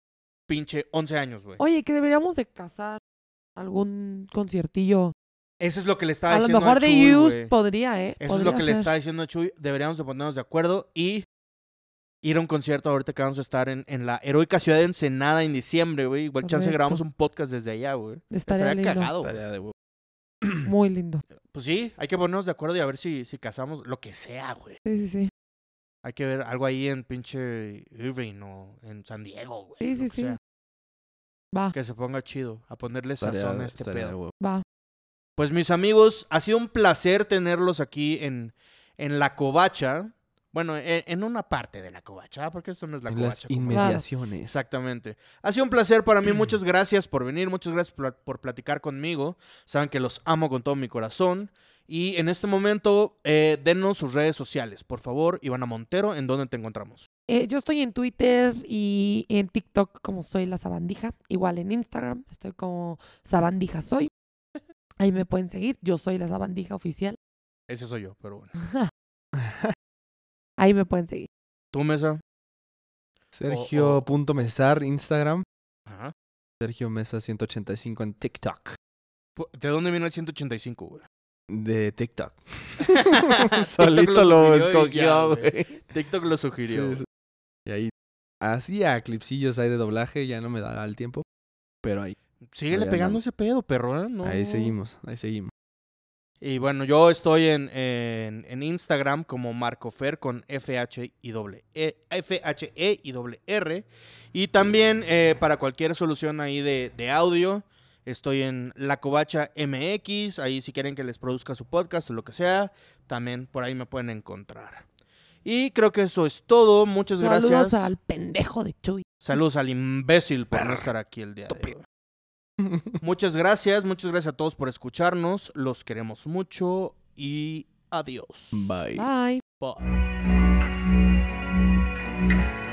S1: pinche 11 años, güey.
S3: Oye, que deberíamos de casar algún conciertillo.
S1: Eso es lo que le estaba
S3: A lo
S1: diciendo
S3: mejor
S1: Chuy,
S3: de Used
S1: güey.
S3: podría, ¿eh?
S1: Eso es lo
S3: Podría
S1: que le
S3: ser.
S1: estaba diciendo a Chuy, deberíamos de ponernos de acuerdo y ir a un concierto ahorita que vamos a estar en, en la heroica ciudad de Ensenada en diciembre, güey. Igual chance
S3: Correcto.
S1: grabamos un podcast desde allá, güey.
S3: Estaría,
S1: Estaría
S3: lindo.
S1: cagado, güey.
S2: Tarea de huevo.
S3: Muy lindo.
S1: Pues sí, hay que ponernos de acuerdo y a ver si, si casamos lo que sea, güey.
S3: Sí, sí, sí.
S1: Hay que ver algo ahí en pinche Irving o en San Diego, güey.
S3: Sí,
S1: lo
S3: sí,
S1: que
S3: sí.
S1: sea.
S3: Va,
S1: Que se ponga chido, a ponerle
S2: Tarea
S1: sazón
S2: de-
S1: a este
S2: tarea de
S1: pedo.
S2: huevo.
S3: va.
S1: Pues mis amigos, ha sido un placer tenerlos aquí en, en La Covacha. Bueno, e- en una parte de la covacha, ¿ah? porque esto no es la
S2: en las
S1: covacha. como-
S2: inmediaciones.
S1: Exactamente. Ha sido un placer para mí. Muchas gracias por venir. Muchas gracias pla- por platicar conmigo. Saben que los amo con todo mi corazón. Y en este momento, eh, denos sus redes sociales, por favor. Ivana Montero, ¿en dónde te encontramos?
S3: Eh, yo estoy en Twitter y en TikTok como soy la sabandija. Igual en Instagram estoy como sabandija soy. Ahí me pueden seguir. Yo soy la sabandija oficial.
S1: Ese soy yo, pero bueno.
S3: Ahí me pueden seguir.
S1: ¿Tú, Mesa?
S2: Sergio.mesar, Instagram.
S1: Ajá.
S2: Sergio Mesa 185 en TikTok.
S1: Pu- ¿De dónde vino el 185, güey?
S2: De TikTok.
S1: TikTok
S2: Solito
S1: sugirió
S2: lo
S1: y ya,
S2: escogió, güey.
S1: TikTok lo
S2: Sí,
S1: sugirió.
S2: sí. Y ahí hacía clipsillos ahí de doblaje, ya no me da el tiempo. Pero ahí,
S1: Síguele
S2: Ahí
S1: pegando
S2: andamos.
S1: ese pedo, perro. ¿eh? No.
S2: ahí seguimos, ahí seguimos.
S1: Y bueno, yo estoy en, en- en Instagram como MarcoFer con FH y doble E, FHE y doble R. Y también eh, para cualquier solución ahí de, de audio, estoy en La Covacha MX. Ahí si quieren que les produzca su podcast o lo que sea, también por ahí me pueden encontrar. Y creo que eso es todo. Muchas
S3: Saludos
S1: gracias.
S3: al pendejo de Chuy.
S1: Saludos al imbécil por no estar aquí el día de hoy. Muchas gracias, muchas gracias a todos por escucharnos. Los queremos mucho y adiós.
S3: Ah,
S2: Bye.
S3: Bye.
S1: Bye.